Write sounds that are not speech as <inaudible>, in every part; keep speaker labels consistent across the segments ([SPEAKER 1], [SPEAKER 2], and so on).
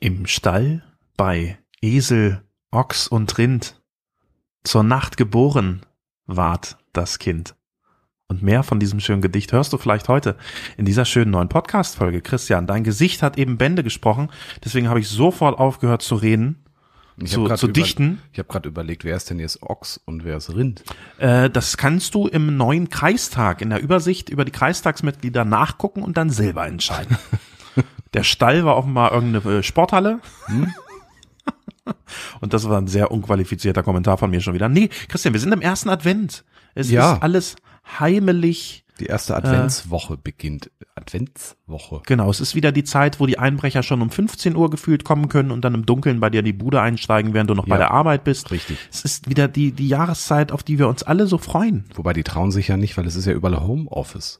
[SPEAKER 1] Im Stall bei Esel, Ochs und Rind, zur Nacht geboren ward das Kind. Und mehr von diesem schönen Gedicht hörst du vielleicht heute in dieser schönen neuen Podcast-Folge. Christian, dein Gesicht hat eben Bände gesprochen, deswegen habe ich sofort aufgehört zu reden,
[SPEAKER 2] Ich hab
[SPEAKER 1] zu,
[SPEAKER 2] grad
[SPEAKER 1] zu
[SPEAKER 2] über-
[SPEAKER 1] dichten.
[SPEAKER 2] Ich habe gerade überlegt, wer ist denn jetzt Ochs und wer ist Rind?
[SPEAKER 1] Äh, das kannst du im neuen Kreistag, in der Übersicht über die Kreistagsmitglieder nachgucken und dann selber
[SPEAKER 2] <laughs>
[SPEAKER 1] entscheiden. der Stall war offenbar irgendeine äh, Sporthalle.
[SPEAKER 2] Hm?
[SPEAKER 1] <laughs> Und das war ein sehr unqualifizierter Kommentar von mir schon wieder. Nee, Christian, wir sind im ersten Advent. Es
[SPEAKER 2] Ja.
[SPEAKER 1] ist alles heimelig.
[SPEAKER 2] Die erste Adventswoche beginnt. Adventswoche.
[SPEAKER 1] Genau, es ist wieder die Zeit, wo die Einbrecher schon um 15 Uhr gefühlt kommen können und dann im Dunkeln bei dir in die Bude einsteigen, während du noch bei
[SPEAKER 2] Ja.
[SPEAKER 1] der Arbeit bist.
[SPEAKER 2] Richtig.
[SPEAKER 1] Es ist wieder die, die Jahreszeit, auf die wir uns alle so freuen.
[SPEAKER 2] Wobei die trauen sich ja nicht, weil es ist ja überall Homeoffice.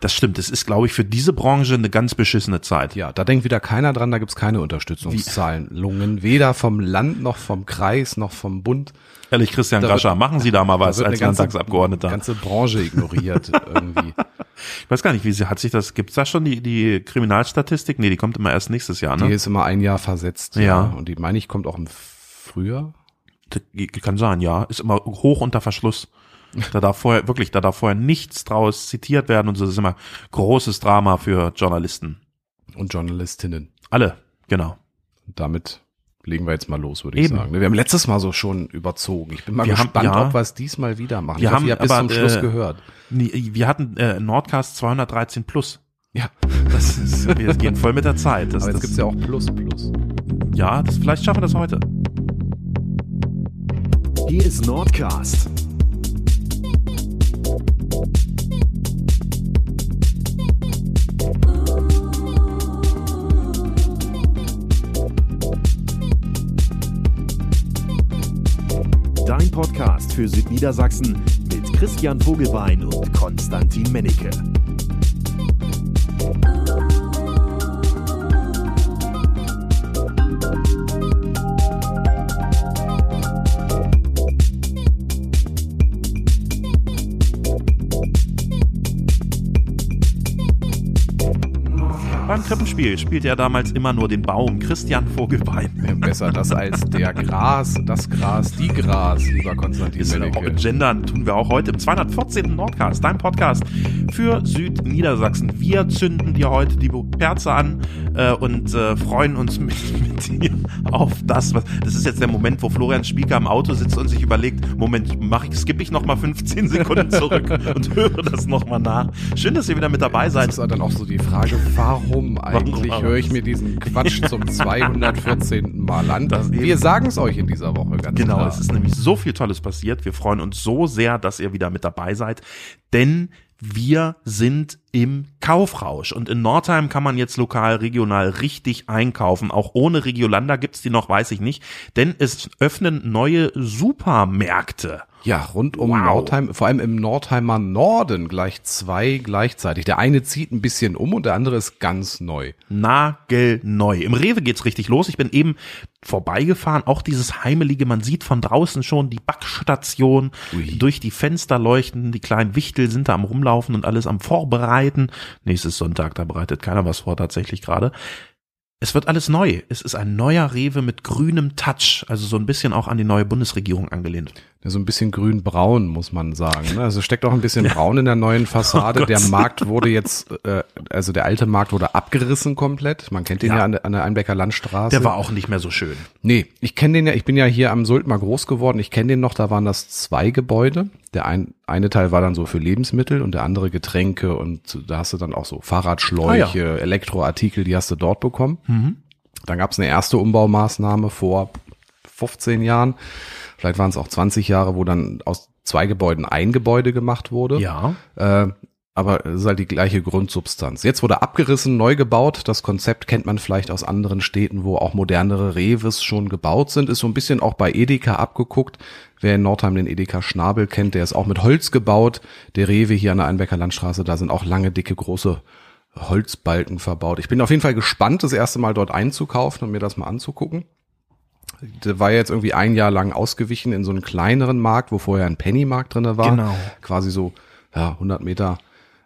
[SPEAKER 1] Das stimmt. Es ist, glaube ich, für diese Branche eine ganz beschissene Zeit.
[SPEAKER 2] Ja, da denkt wieder keiner dran, da gibt's keine Unterstützungszahlungen, weder vom Land noch vom Kreis noch vom Bund.
[SPEAKER 1] Ehrlich, Christian
[SPEAKER 2] Da wird-
[SPEAKER 1] Grascher, machen Sie da mal was
[SPEAKER 2] wird
[SPEAKER 1] als
[SPEAKER 2] eine ganze-
[SPEAKER 1] Landtagsabgeordneter.
[SPEAKER 2] ganze
[SPEAKER 1] <laughs>
[SPEAKER 2] Branche ignoriert irgendwie.
[SPEAKER 1] ich weiß gar nicht, wie sie hat sich das, gibt's da schon die, die Kriminalstatistik? Nee, die kommt immer erst nächstes Jahr,
[SPEAKER 2] Die
[SPEAKER 1] ne?
[SPEAKER 2] ist immer ein Jahr versetzt.
[SPEAKER 1] Ja.
[SPEAKER 2] Und die meine ich kommt auch im Frühjahr.
[SPEAKER 1] Die, kann sein, ja. Ist immer hoch unter Verschluss. Da darf vorher, wirklich, da darf vorher nichts draus zitiert werden und so. Das ist immer großes Drama für Journalisten.
[SPEAKER 2] Und Journalistinnen.
[SPEAKER 1] Alle, genau.
[SPEAKER 2] damit legen wir jetzt mal los, würde
[SPEAKER 1] Eben.
[SPEAKER 2] ich sagen. Wir haben letztes Mal so schon überzogen. Ich bin mal
[SPEAKER 1] Wir haben-
[SPEAKER 2] gespannt,
[SPEAKER 1] ja.
[SPEAKER 2] ob wir es diesmal wieder machen.
[SPEAKER 1] Wir
[SPEAKER 2] ich hoffe,
[SPEAKER 1] haben
[SPEAKER 2] ihr habt bis
[SPEAKER 1] aber,
[SPEAKER 2] zum Schluss
[SPEAKER 1] äh,
[SPEAKER 2] gehört.
[SPEAKER 1] Nee, Wir hatten äh, Nordcast 213 plus.
[SPEAKER 2] Ja,
[SPEAKER 1] <laughs> Das ist, wir gehen voll mit der Zeit. Das,
[SPEAKER 2] aber jetzt
[SPEAKER 1] das,
[SPEAKER 2] gibt's ja auch Plus, Plus.
[SPEAKER 1] ja, das, vielleicht schaffen wir das heute.
[SPEAKER 3] Hier ist Nordcast. Dein Podcast für Südniedersachsen mit Christian Vogelwein und Konstantin Mennecke.
[SPEAKER 1] Beim Krippenspiel spielte er damals immer nur den Baum Christian Vogelbein.
[SPEAKER 2] Besser das als der Gras, das Gras, die Gras, lieber Konstantin
[SPEAKER 1] Ist auch mit
[SPEAKER 2] Menneke.
[SPEAKER 1] Gendern tun wir auch heute im 214. Nordcast, dein Podcast für Südniedersachsen. Wir zünden dir heute die Kerze an äh, und äh, freuen uns <laughs> mit, mit dir auf das, was. Das ist jetzt der Moment, wo Florian Spieker im Auto sitzt und sich überlegt: Moment, mach ich, skippe ich nochmal 15 Sekunden zurück und höre das nochmal nach. Schön, dass ihr wieder mit dabei
[SPEAKER 2] Das
[SPEAKER 1] seid.
[SPEAKER 2] ist dann auch so die Frage, warum eigentlich
[SPEAKER 1] aber
[SPEAKER 2] höre ich
[SPEAKER 1] das-
[SPEAKER 2] mir diesen Quatsch
[SPEAKER 1] <laughs>
[SPEAKER 2] zum 214. Mal an?
[SPEAKER 1] Das eben.
[SPEAKER 2] Wir sagen es euch in dieser Woche ganz
[SPEAKER 1] Genau,
[SPEAKER 2] klar.
[SPEAKER 1] es ist nämlich so viel Tolles passiert. Wir freuen uns so sehr, dass ihr wieder mit dabei seid, denn wir sind im Kaufrausch und in Nordheim kann man jetzt lokal, regional richtig einkaufen. Auch ohne Regiolanda gibt's die noch, weiß ich nicht, denn es öffnen neue Supermärkte.
[SPEAKER 2] Ja, rund um
[SPEAKER 1] Wow.
[SPEAKER 2] Nordheim, vor allem im Nordheimer Norden gleich zwei gleichzeitig. Der eine zieht ein bisschen um und der andere ist ganz neu.
[SPEAKER 1] Nagelneu. Im Rewe geht's richtig los. Ich bin eben vorbeigefahren. Auch dieses heimelige, man sieht von draußen schon die Backstation,
[SPEAKER 2] Ui.
[SPEAKER 1] durch die Fenster leuchten, die kleinen Wichtel sind da am rumlaufen und alles am vorbereiten. Nächstes Sonntag, da bereitet keiner was vor tatsächlich gerade. Es wird alles neu. Es ist ein neuer Rewe mit grünem Touch, also so ein bisschen auch an die neue Bundesregierung angelehnt.
[SPEAKER 2] Der So ein bisschen grün-braun, muss man sagen. ne? Also steckt auch ein bisschen braun in der neuen
[SPEAKER 1] Oh
[SPEAKER 2] Fassade.
[SPEAKER 1] Gott.
[SPEAKER 2] der Markt wurde jetzt, äh, also der alte Markt wurde abgerissen komplett. Man kennt den
[SPEAKER 1] Ja.
[SPEAKER 2] ja, an, der- an der Einbecker Landstraße.
[SPEAKER 1] Der war auch nicht mehr so schön.
[SPEAKER 2] Nee, ich kenne den ja, ich bin ja hier am Sultmar groß geworden. Ich kenne den noch, da waren das zwei Gebäude. Der ein, eine Teil war dann so für Lebensmittel und der andere Getränke und da hast du dann auch so Fahrradschläuche, Elektroartikel, die hast du dort bekommen. Dann gab es eine erste Umbaumaßnahme vor 15 Jahren. Vielleicht waren es auch 20 Jahre, wo dann aus zwei Gebäuden ein Gebäude gemacht wurde.
[SPEAKER 1] Ja.
[SPEAKER 2] Äh, aber es ist halt die gleiche Grundsubstanz. Jetzt wurde abgerissen, neu gebaut. Das Konzept kennt man vielleicht aus anderen Städten, wo auch modernere Reves schon gebaut sind. Ist so ein bisschen auch bei Edeka abgeguckt. Wer in Nordheim den Edeka Schnabel kennt, der ist auch mit Holz gebaut. Der Rewe hier an der Einbecker Landstraße, da sind auch lange, dicke, große Holzbalken verbaut. Ich bin auf jeden Fall gespannt, das erste Mal dort einzukaufen und mir das mal anzugucken. Der war jetzt irgendwie ein Jahr lang ausgewichen in so einen kleineren Markt, wo vorher ein Pennymarkt drinne war
[SPEAKER 1] Genau. Mhm.
[SPEAKER 2] quasi so ja, 100 Meter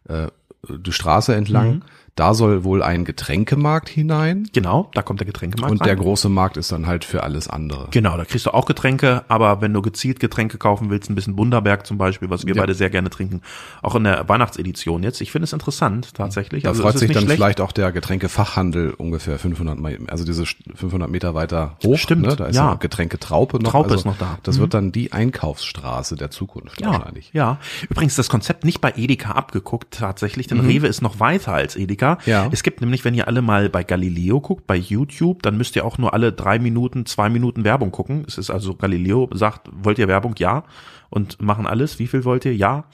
[SPEAKER 2] äh, die Straße entlang. Da soll wohl ein Getränkemarkt hinein.
[SPEAKER 1] Genau, da kommt der Getränkemarkt
[SPEAKER 2] Und der
[SPEAKER 1] rein.
[SPEAKER 2] große Markt ist dann halt für alles andere.
[SPEAKER 1] Genau, da kriegst du auch Getränke, aber wenn du gezielt Getränke kaufen willst, ein bisschen Bunderberg zum Beispiel, was wir
[SPEAKER 2] Ja.
[SPEAKER 1] beide sehr gerne trinken, auch in der Weihnachtsedition jetzt. Ich finde es interessant, tatsächlich.
[SPEAKER 2] Da
[SPEAKER 1] Also, es
[SPEAKER 2] freut
[SPEAKER 1] ist
[SPEAKER 2] sich
[SPEAKER 1] nicht
[SPEAKER 2] dann
[SPEAKER 1] schlecht.
[SPEAKER 2] vielleicht auch der Getränkefachhandel ungefähr 500, Me- also diese st- 500 Meter weiter hoch.
[SPEAKER 1] Stimmt,
[SPEAKER 2] ne? Da ist
[SPEAKER 1] ja.
[SPEAKER 2] ja noch Getränketraupe noch.
[SPEAKER 1] Traupe
[SPEAKER 2] also
[SPEAKER 1] ist noch da. Mhm.
[SPEAKER 2] Das wird dann die Einkaufsstraße der Zukunft
[SPEAKER 1] Ja,
[SPEAKER 2] wahrscheinlich.
[SPEAKER 1] ja. Übrigens, das Konzept nicht bei Edeka abgeguckt tatsächlich, denn Rewe ist noch weiter als Edeka.
[SPEAKER 2] Mhm. Ja.
[SPEAKER 1] Es gibt nämlich, wenn ihr alle mal bei Galileo guckt, bei YouTube, dann müsst ihr auch nur alle drei Minuten, zwei Minuten Werbung gucken. Es ist also, Galileo sagt, wollt ihr Werbung? Ja. Und machen alles. Wie viel wollt ihr? Ja.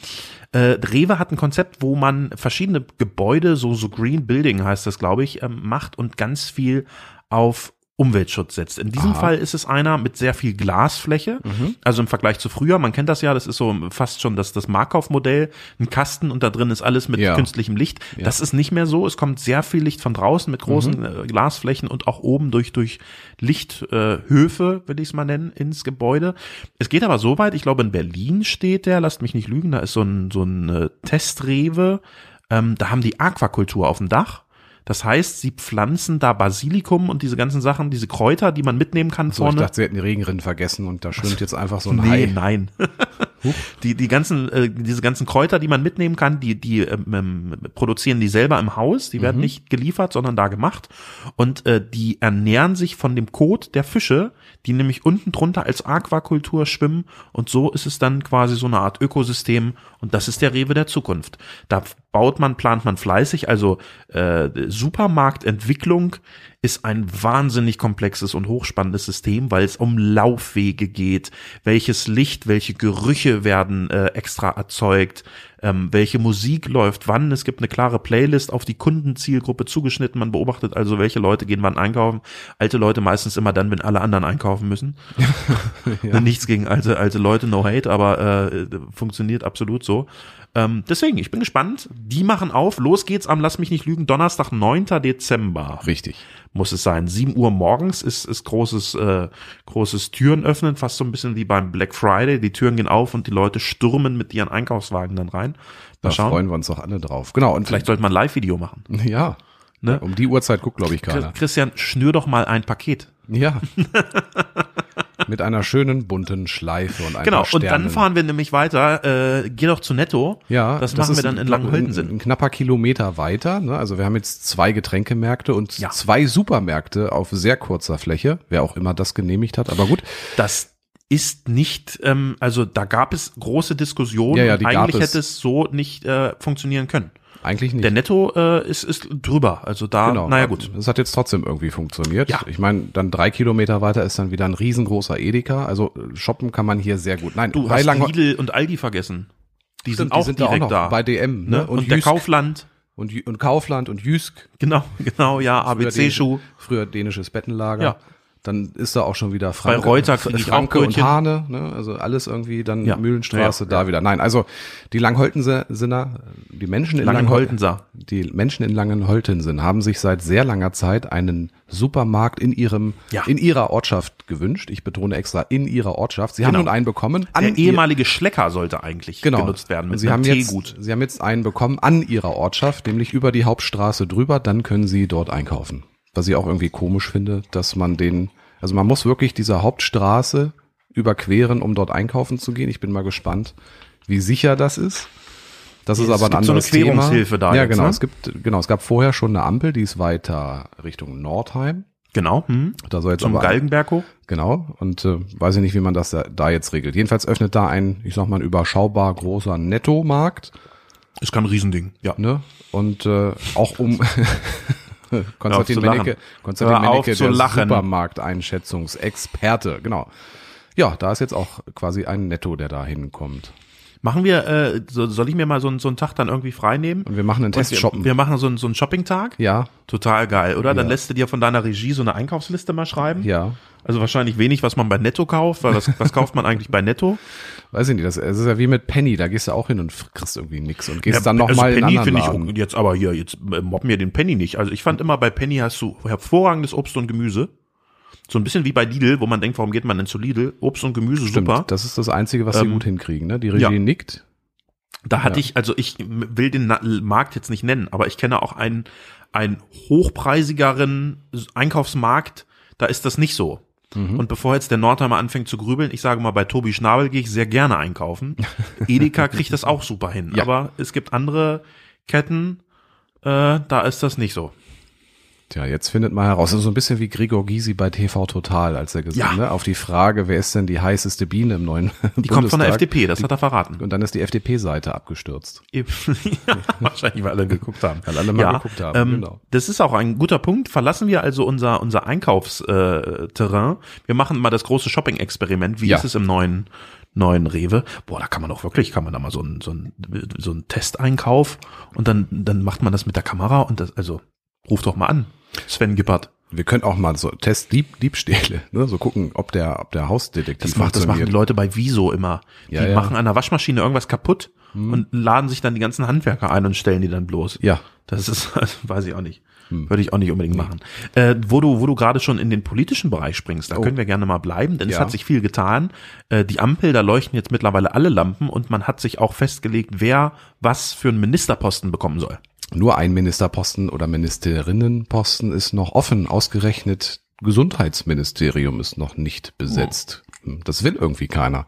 [SPEAKER 1] Äh, Rewe hat ein Konzept, wo man verschiedene Gebäude, so, so Green Building heißt das, glaube ich, ähm, macht und ganz viel auf Umweltschutz setzt. In diesem
[SPEAKER 2] Aha. Mhm.
[SPEAKER 1] Fall ist es einer mit sehr viel Glasfläche, also im Vergleich zu früher, man kennt das ja, das ist so fast schon das, das Markov-Modell, ein Kasten und da drin ist alles mit
[SPEAKER 2] Ja. Mhm.
[SPEAKER 1] künstlichem Licht. Das ist nicht mehr so, es kommt sehr viel Licht von draußen mit großen äh, Glasflächen und auch oben durch, durch Lichthöfe, äh, Höfe, will ich es mal nennen, ins Gebäude. Es geht aber so weit, ich glaube in Berlin steht der, lasst mich nicht lügen, da ist so ein, so ein äh, Testrewe, ähm, da haben die Aquakultur auf dem Dach. Das heißt, sie pflanzen da Basilikum und diese ganzen Sachen, diese Kräuter, die man mitnehmen kann
[SPEAKER 2] So, ich
[SPEAKER 1] vorne.
[SPEAKER 2] dachte, sie hätten die Regenrinnen vergessen und da schwimmt jetzt einfach so ein
[SPEAKER 1] Nee,
[SPEAKER 2] Hai.
[SPEAKER 1] nein. Die, die ganzen, äh, diese ganzen Kräuter, die man mitnehmen kann, die, die ähm, ähm, produzieren die selber im Haus. Die werden nicht geliefert, sondern da gemacht. Und äh, die ernähren sich von dem Kot der Fische, die nämlich unten drunter als Aquakultur schwimmen. Und so ist es dann quasi so eine Art Ökosystem. Und das ist der Rewe der Zukunft. Da baut man, plant man fleißig. Also äh, Supermarktentwicklung ist ein wahnsinnig komplexes und hochspannendes System, weil es um Laufwege geht, welches Licht, welche Gerüche werden äh, extra erzeugt, ähm, welche Musik läuft wann. Es gibt eine klare Playlist auf die Kundenzielgruppe zugeschnitten. Man beobachtet also, welche Leute gehen wann einkaufen. Alte Leute meistens immer dann, wenn alle anderen einkaufen müssen. Ne, Nichts gegen alte, alte Leute, no hate, aber äh, funktioniert absolut so. Ähm, deswegen, ich bin gespannt. Die machen auf. Los geht's am Lass mich nicht lügen. Donnerstag, 9. Dezember
[SPEAKER 2] Richtig.
[SPEAKER 1] muss es sein. 7 Uhr morgens ist, ist großes, äh, großes Türen öffnen, fast so ein bisschen wie beim Black Friday. Die Türen gehen auf und die Leute stürmen mit ihren Einkaufswagen dann rein. Mal
[SPEAKER 2] Da
[SPEAKER 1] schauen.
[SPEAKER 2] freuen wir uns doch alle drauf. Genau. Und
[SPEAKER 1] Vielleicht sollte man ein Live-Video machen.
[SPEAKER 2] Ja.
[SPEAKER 1] Ne?
[SPEAKER 2] Um die Uhrzeit guckt, glaube ich, keiner.
[SPEAKER 1] Christian, schnür doch mal ein Paket. <laughs>
[SPEAKER 2] Ja. Mit einer schönen bunten Schleife und ein
[SPEAKER 1] Genau,
[SPEAKER 2] paar
[SPEAKER 1] und dann
[SPEAKER 2] Sternen.
[SPEAKER 1] fahren wir nämlich weiter. Äh, geh doch zu Netto.
[SPEAKER 2] Ja,
[SPEAKER 1] das, machen wir
[SPEAKER 2] ist,
[SPEAKER 1] dann in
[SPEAKER 2] glaub,
[SPEAKER 1] Langenhölden.
[SPEAKER 2] Ein, ein knapper Kilometer weiter. Ne? Also wir haben jetzt zwei Getränkemärkte und
[SPEAKER 1] Ja.
[SPEAKER 2] zwei Supermärkte auf sehr kurzer Fläche, wer auch immer das genehmigt hat. Aber gut,
[SPEAKER 1] das ist nicht, ähm, also da gab es große Diskussionen.
[SPEAKER 2] Ja, ja, die
[SPEAKER 1] und
[SPEAKER 2] gab
[SPEAKER 1] eigentlich
[SPEAKER 2] es.
[SPEAKER 1] hätte es so nicht äh, funktionieren können.
[SPEAKER 2] eigentlich nicht.
[SPEAKER 1] Der Netto äh, ist, ist drüber. Also da,
[SPEAKER 2] genau.
[SPEAKER 1] naja gut.
[SPEAKER 2] Das hat jetzt trotzdem irgendwie funktioniert.
[SPEAKER 1] Ja.
[SPEAKER 2] Ich meine, dann drei Kilometer weiter ist dann wieder ein riesengroßer Edeka. Also äh, shoppen kann man hier sehr gut. Nein,
[SPEAKER 1] Du
[SPEAKER 2] bei
[SPEAKER 1] hast
[SPEAKER 2] Lange-
[SPEAKER 1] Lidl und Aldi vergessen. Die sind
[SPEAKER 2] Stimmt,
[SPEAKER 1] auch direkt
[SPEAKER 2] noch
[SPEAKER 1] da.
[SPEAKER 2] bei DM. Ne?
[SPEAKER 1] ne? Und, der
[SPEAKER 2] Jysk
[SPEAKER 1] Kaufland. <laughs>
[SPEAKER 2] und, Jü- und Kaufland und Jysk.
[SPEAKER 1] Genau, genau, ja,
[SPEAKER 2] Früher
[SPEAKER 1] ABC-Schuh.
[SPEAKER 2] dänisch- Früher dänisches Bettenlager.
[SPEAKER 1] Ja.
[SPEAKER 2] Dann ist da auch schon wieder Franke,
[SPEAKER 1] Reuter krieg ich auch
[SPEAKER 2] Franke und
[SPEAKER 1] Brötchen.
[SPEAKER 2] Hane, ne? also alles irgendwie, dann
[SPEAKER 1] Ja.
[SPEAKER 2] Mühlenstraße,
[SPEAKER 1] Ja,
[SPEAKER 2] da wieder. Nein, also die Langholtensinner, die Menschen in
[SPEAKER 1] Langenholtenser.
[SPEAKER 2] die Menschen in Langenholtensen haben sich seit sehr langer Zeit einen Supermarkt in ihrem,
[SPEAKER 1] Ja.
[SPEAKER 2] in ihrer Ortschaft gewünscht. Ich betone extra in ihrer Ortschaft. Sie haben nun einen bekommen. An
[SPEAKER 1] Genau. Der
[SPEAKER 2] ihr-
[SPEAKER 1] ehemalige Schlecker sollte eigentlich
[SPEAKER 2] genau.
[SPEAKER 1] genutzt werden
[SPEAKER 2] Und
[SPEAKER 1] mit
[SPEAKER 2] Sie
[SPEAKER 1] einem
[SPEAKER 2] haben, jetzt,
[SPEAKER 1] Teegut.
[SPEAKER 2] Sie haben jetzt einen bekommen an Ihrer Ortschaft, nämlich über die Hauptstraße drüber, dann können Sie dort einkaufen. Was ich auch irgendwie komisch finde, dass man den, also man muss wirklich diese Hauptstraße überqueren, um dort einkaufen zu gehen. Ich bin mal gespannt, wie sicher das ist. Das ist
[SPEAKER 1] Es
[SPEAKER 2] aber ein
[SPEAKER 1] gibt so eine
[SPEAKER 2] anderes Thema.
[SPEAKER 1] Querungshilfe da
[SPEAKER 2] Ja,
[SPEAKER 1] jetzt,
[SPEAKER 2] genau.
[SPEAKER 1] ne?
[SPEAKER 2] Es gibt, genau. Es gab vorher schon eine Ampel, die ist weiter Richtung Nordheim.
[SPEAKER 1] Genau. Hm.
[SPEAKER 2] Da soll jetzt
[SPEAKER 1] Zum
[SPEAKER 2] aber
[SPEAKER 1] Galgenberg hoch.
[SPEAKER 2] Genau, und äh, weiß ich nicht, wie man das da, da jetzt regelt. Jedenfalls öffnet da ein, ich sag mal, ein überschaubar großer Nettomarkt.
[SPEAKER 1] Ist kein Riesending. Ja.
[SPEAKER 2] Ne? Und äh, auch um <laughs>
[SPEAKER 1] auf zu
[SPEAKER 2] Konstantin
[SPEAKER 1] lachen.
[SPEAKER 2] Mennecke, Konstantin
[SPEAKER 1] Hör auf
[SPEAKER 2] Mennecke,
[SPEAKER 1] zu
[SPEAKER 2] der
[SPEAKER 1] lachen.
[SPEAKER 2] Supermarkteinschätzungsexperte, genau. Ja, da ist jetzt auch quasi ein Netto, der da hinkommt.
[SPEAKER 1] Machen wir, äh, so, soll ich mir mal so, einen- so einen Tag dann irgendwie frei nehmen?
[SPEAKER 2] Und wir machen einen Test shoppen.
[SPEAKER 1] wir, wir machen so einen, so einen Shopping-Tag.
[SPEAKER 2] ja,
[SPEAKER 1] Total geil, oder? Dann
[SPEAKER 2] Ja.
[SPEAKER 1] lässt du dir von deiner Regie so eine Einkaufsliste mal schreiben.
[SPEAKER 2] ja.
[SPEAKER 1] Also wahrscheinlich wenig, was man bei Netto kauft, weil was, was kauft man eigentlich bei
[SPEAKER 2] <laughs>
[SPEAKER 1] Netto?
[SPEAKER 2] Weiß ich nicht, das, es ist ja wie mit Penny, da gehst du auch hin und fr- kriegst irgendwie nix und gehst dann
[SPEAKER 1] also
[SPEAKER 2] nochmal mal in einen
[SPEAKER 1] Penny
[SPEAKER 2] anderen
[SPEAKER 1] finde ich
[SPEAKER 2] Laden.
[SPEAKER 1] auch- jetzt aber hier jetzt äh, mobben wir den Penny nicht. Also ich fand immer bei Penny hast du hervorragendes Obst und Gemüse. So ein bisschen wie bei Lidl, wo man denkt, warum geht man denn zu Lidl? Obst und Gemüse
[SPEAKER 2] Stimmt,
[SPEAKER 1] super.
[SPEAKER 2] das ist das Einzige, was sie
[SPEAKER 1] Ähm,
[SPEAKER 2] gut hinkriegen. Ne? Die Regie
[SPEAKER 1] ja.
[SPEAKER 2] nickt,
[SPEAKER 1] Da hatte
[SPEAKER 2] Ja.
[SPEAKER 1] ich, also ich will den Na- Markt jetzt nicht nennen, aber ich kenne auch einen, einen hochpreisigeren Einkaufsmarkt, da ist das nicht so.
[SPEAKER 2] Mhm.
[SPEAKER 1] Und bevor jetzt der Nordheimer anfängt zu grübeln, ich sage mal, bei Tobi Schnabel gehe ich sehr gerne
[SPEAKER 2] <laughs>
[SPEAKER 1] einkaufen. Edeka kriegt das auch super hin.
[SPEAKER 2] Ja.
[SPEAKER 1] Aber es gibt andere Ketten, äh, da ist das nicht so.
[SPEAKER 2] Tja, jetzt findet man heraus. Das ist so ein bisschen wie Gregor Gysi bei TV Total, als er
[SPEAKER 1] Ja.
[SPEAKER 2] gesagt ne, auf die Frage, wer ist denn die heißeste Biene im neuen
[SPEAKER 1] Die kommt von der FDP, das hat er verraten.
[SPEAKER 2] Und dann ist die FDP-Seite abgestürzt.
[SPEAKER 1] Eben.
[SPEAKER 2] <laughs>
[SPEAKER 1] ja, <laughs> wahrscheinlich, weil alle geguckt haben.
[SPEAKER 2] Weil alle mal geguckt haben,
[SPEAKER 1] ähm,
[SPEAKER 2] genau.
[SPEAKER 1] Das ist auch ein guter Punkt. Verlassen wir also unser, unser Einkaufsterrain. Wir machen mal das große Shopping-Experiment. Wie
[SPEAKER 2] Ja.
[SPEAKER 1] ist es im neuen, neuen Rewe? Boah, da kann man doch wirklich, kann man da mal so einen, so einen, so einen Testeinkauf und dann, dann macht man das mit der Kamera und das, also, ruf doch mal an. Sven Gippert.
[SPEAKER 2] Wir können auch mal so Testdieb Diebstähle, ne, so gucken, ob der, ob der Hausdetektiv
[SPEAKER 1] Das, macht, das machen die
[SPEAKER 2] funktioniert.
[SPEAKER 1] Leute bei Wieso immer. Die
[SPEAKER 2] Ja, ja.
[SPEAKER 1] machen an der Waschmaschine irgendwas kaputt und laden sich dann die ganzen Handwerker ein und stellen die dann bloß.
[SPEAKER 2] Ja. Hm.
[SPEAKER 1] Das ist, <laughs> also weiß ich auch nicht. Würde ich auch nicht unbedingt machen. Äh, wo du, wo du gerade schon in den politischen Bereich springst, da können wir gerne mal bleiben, denn es
[SPEAKER 2] Oh. Ja.
[SPEAKER 1] hat sich viel getan. Äh, die Ampel, da leuchten jetzt mittlerweile alle Lampen und man hat sich auch festgelegt, wer was für einen Ministerposten bekommen soll.
[SPEAKER 2] Nur ein Ministerposten oder Ministerinnenposten ist noch offen. Ausgerechnet Gesundheitsministerium ist noch nicht besetzt. Hm, Das will irgendwie keiner.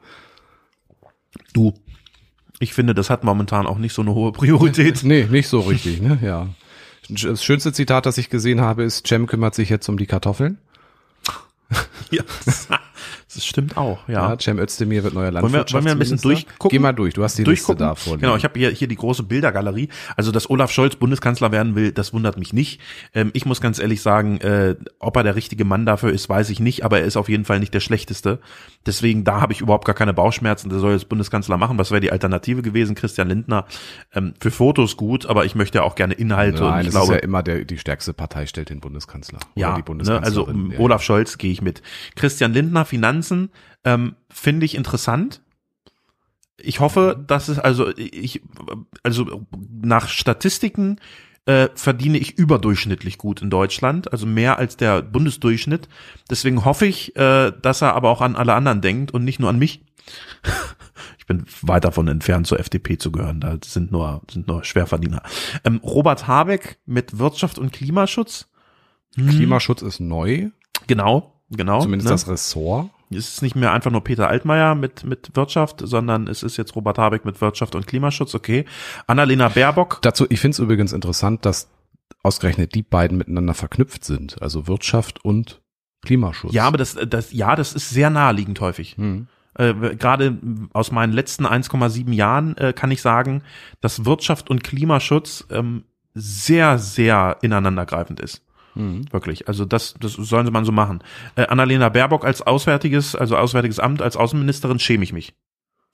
[SPEAKER 1] Du. Ich finde, das hat momentan auch nicht so eine hohe
[SPEAKER 2] <laughs>
[SPEAKER 1] Priorität. <laughs>
[SPEAKER 2] Nee, nicht so richtig, ne? Ja. Das schönste Zitat, das ich gesehen habe, ist, Cem kümmert sich jetzt um die Kartoffeln.
[SPEAKER 1] ja, das stimmt auch, ja.
[SPEAKER 2] Ja, Cem Özdemir wird neuer
[SPEAKER 1] Wollen wir,
[SPEAKER 2] Landwirtschaftsminister.
[SPEAKER 1] wollen wir ein bisschen durchgucken?
[SPEAKER 2] Geh mal durch, du hast die Liste
[SPEAKER 1] durchgucken.
[SPEAKER 2] da vorliegen.
[SPEAKER 1] Genau, ich habe hier, hier die große Bildergalerie. Also, dass Olaf Scholz Bundeskanzler werden will, das wundert mich nicht. Ähm, ich muss ganz ehrlich sagen, äh, ob er der richtige Mann dafür ist, weiß ich nicht, aber er ist auf jeden Fall nicht der schlechteste. Deswegen, da habe ich überhaupt gar keine Bauchschmerzen. Der soll jetzt Bundeskanzler machen. Was wäre die Alternative gewesen? Christian Lindner. Ähm, für Fotos gut, aber ich möchte ja auch gerne Inhalte und
[SPEAKER 2] Nein,
[SPEAKER 1] halt ich
[SPEAKER 2] es
[SPEAKER 1] glaube.
[SPEAKER 2] ist ja immer der, die stärkste Partei stellt den Bundeskanzler.
[SPEAKER 1] Ja,
[SPEAKER 2] oder die
[SPEAKER 1] ne, also
[SPEAKER 2] Bundeskanzlerin.
[SPEAKER 1] um,
[SPEAKER 2] Ja, ja.
[SPEAKER 1] Olaf Scholz gehe ich mit. Christian Lindner, Finanzen, ähm, finde ich interessant. Ich hoffe,
[SPEAKER 2] Mhm.
[SPEAKER 1] dass es, also ich, also nach Statistiken äh, verdiene ich überdurchschnittlich gut in Deutschland, also mehr als der Bundesdurchschnitt. Deswegen hoffe ich, äh, dass er aber auch an alle anderen denkt und nicht nur an mich. <laughs> Ich bin weit davon entfernt, zur FDP zu gehören. Da sind nur, sind nur Schwerverdiener. Ähm, Robert Habeck mit Wirtschaft und Klimaschutz. Hm.
[SPEAKER 2] Klimaschutz ist neu,
[SPEAKER 1] Genau, genau.
[SPEAKER 2] zumindest
[SPEAKER 1] ne?
[SPEAKER 2] das Ressort.
[SPEAKER 1] Es ist nicht mehr einfach nur Peter Altmaier mit, mit Wirtschaft, sondern es ist jetzt Robert Habeck mit Wirtschaft und Klimaschutz, okay. Annalena Baerbock,
[SPEAKER 2] Dazu, ich finde es übrigens interessant, dass ausgerechnet die beiden miteinander verknüpft sind, also Wirtschaft und Klimaschutz.
[SPEAKER 1] ja, aber das, das, ja, das ist sehr naheliegend häufig.
[SPEAKER 2] hm.
[SPEAKER 1] Äh, Gerade aus meinen letzten 1,7 Jahren äh, kann ich sagen, dass Wirtschaft und Klimaschutz ähm, sehr, sehr ineinandergreifend ist.
[SPEAKER 2] Hm.
[SPEAKER 1] Wirklich. Also das, das sollen sie mal so machen. Äh, Annalena Baerbock als Auswärtiges, also Auswärtiges Amt, als Außenministerin schäme ich mich.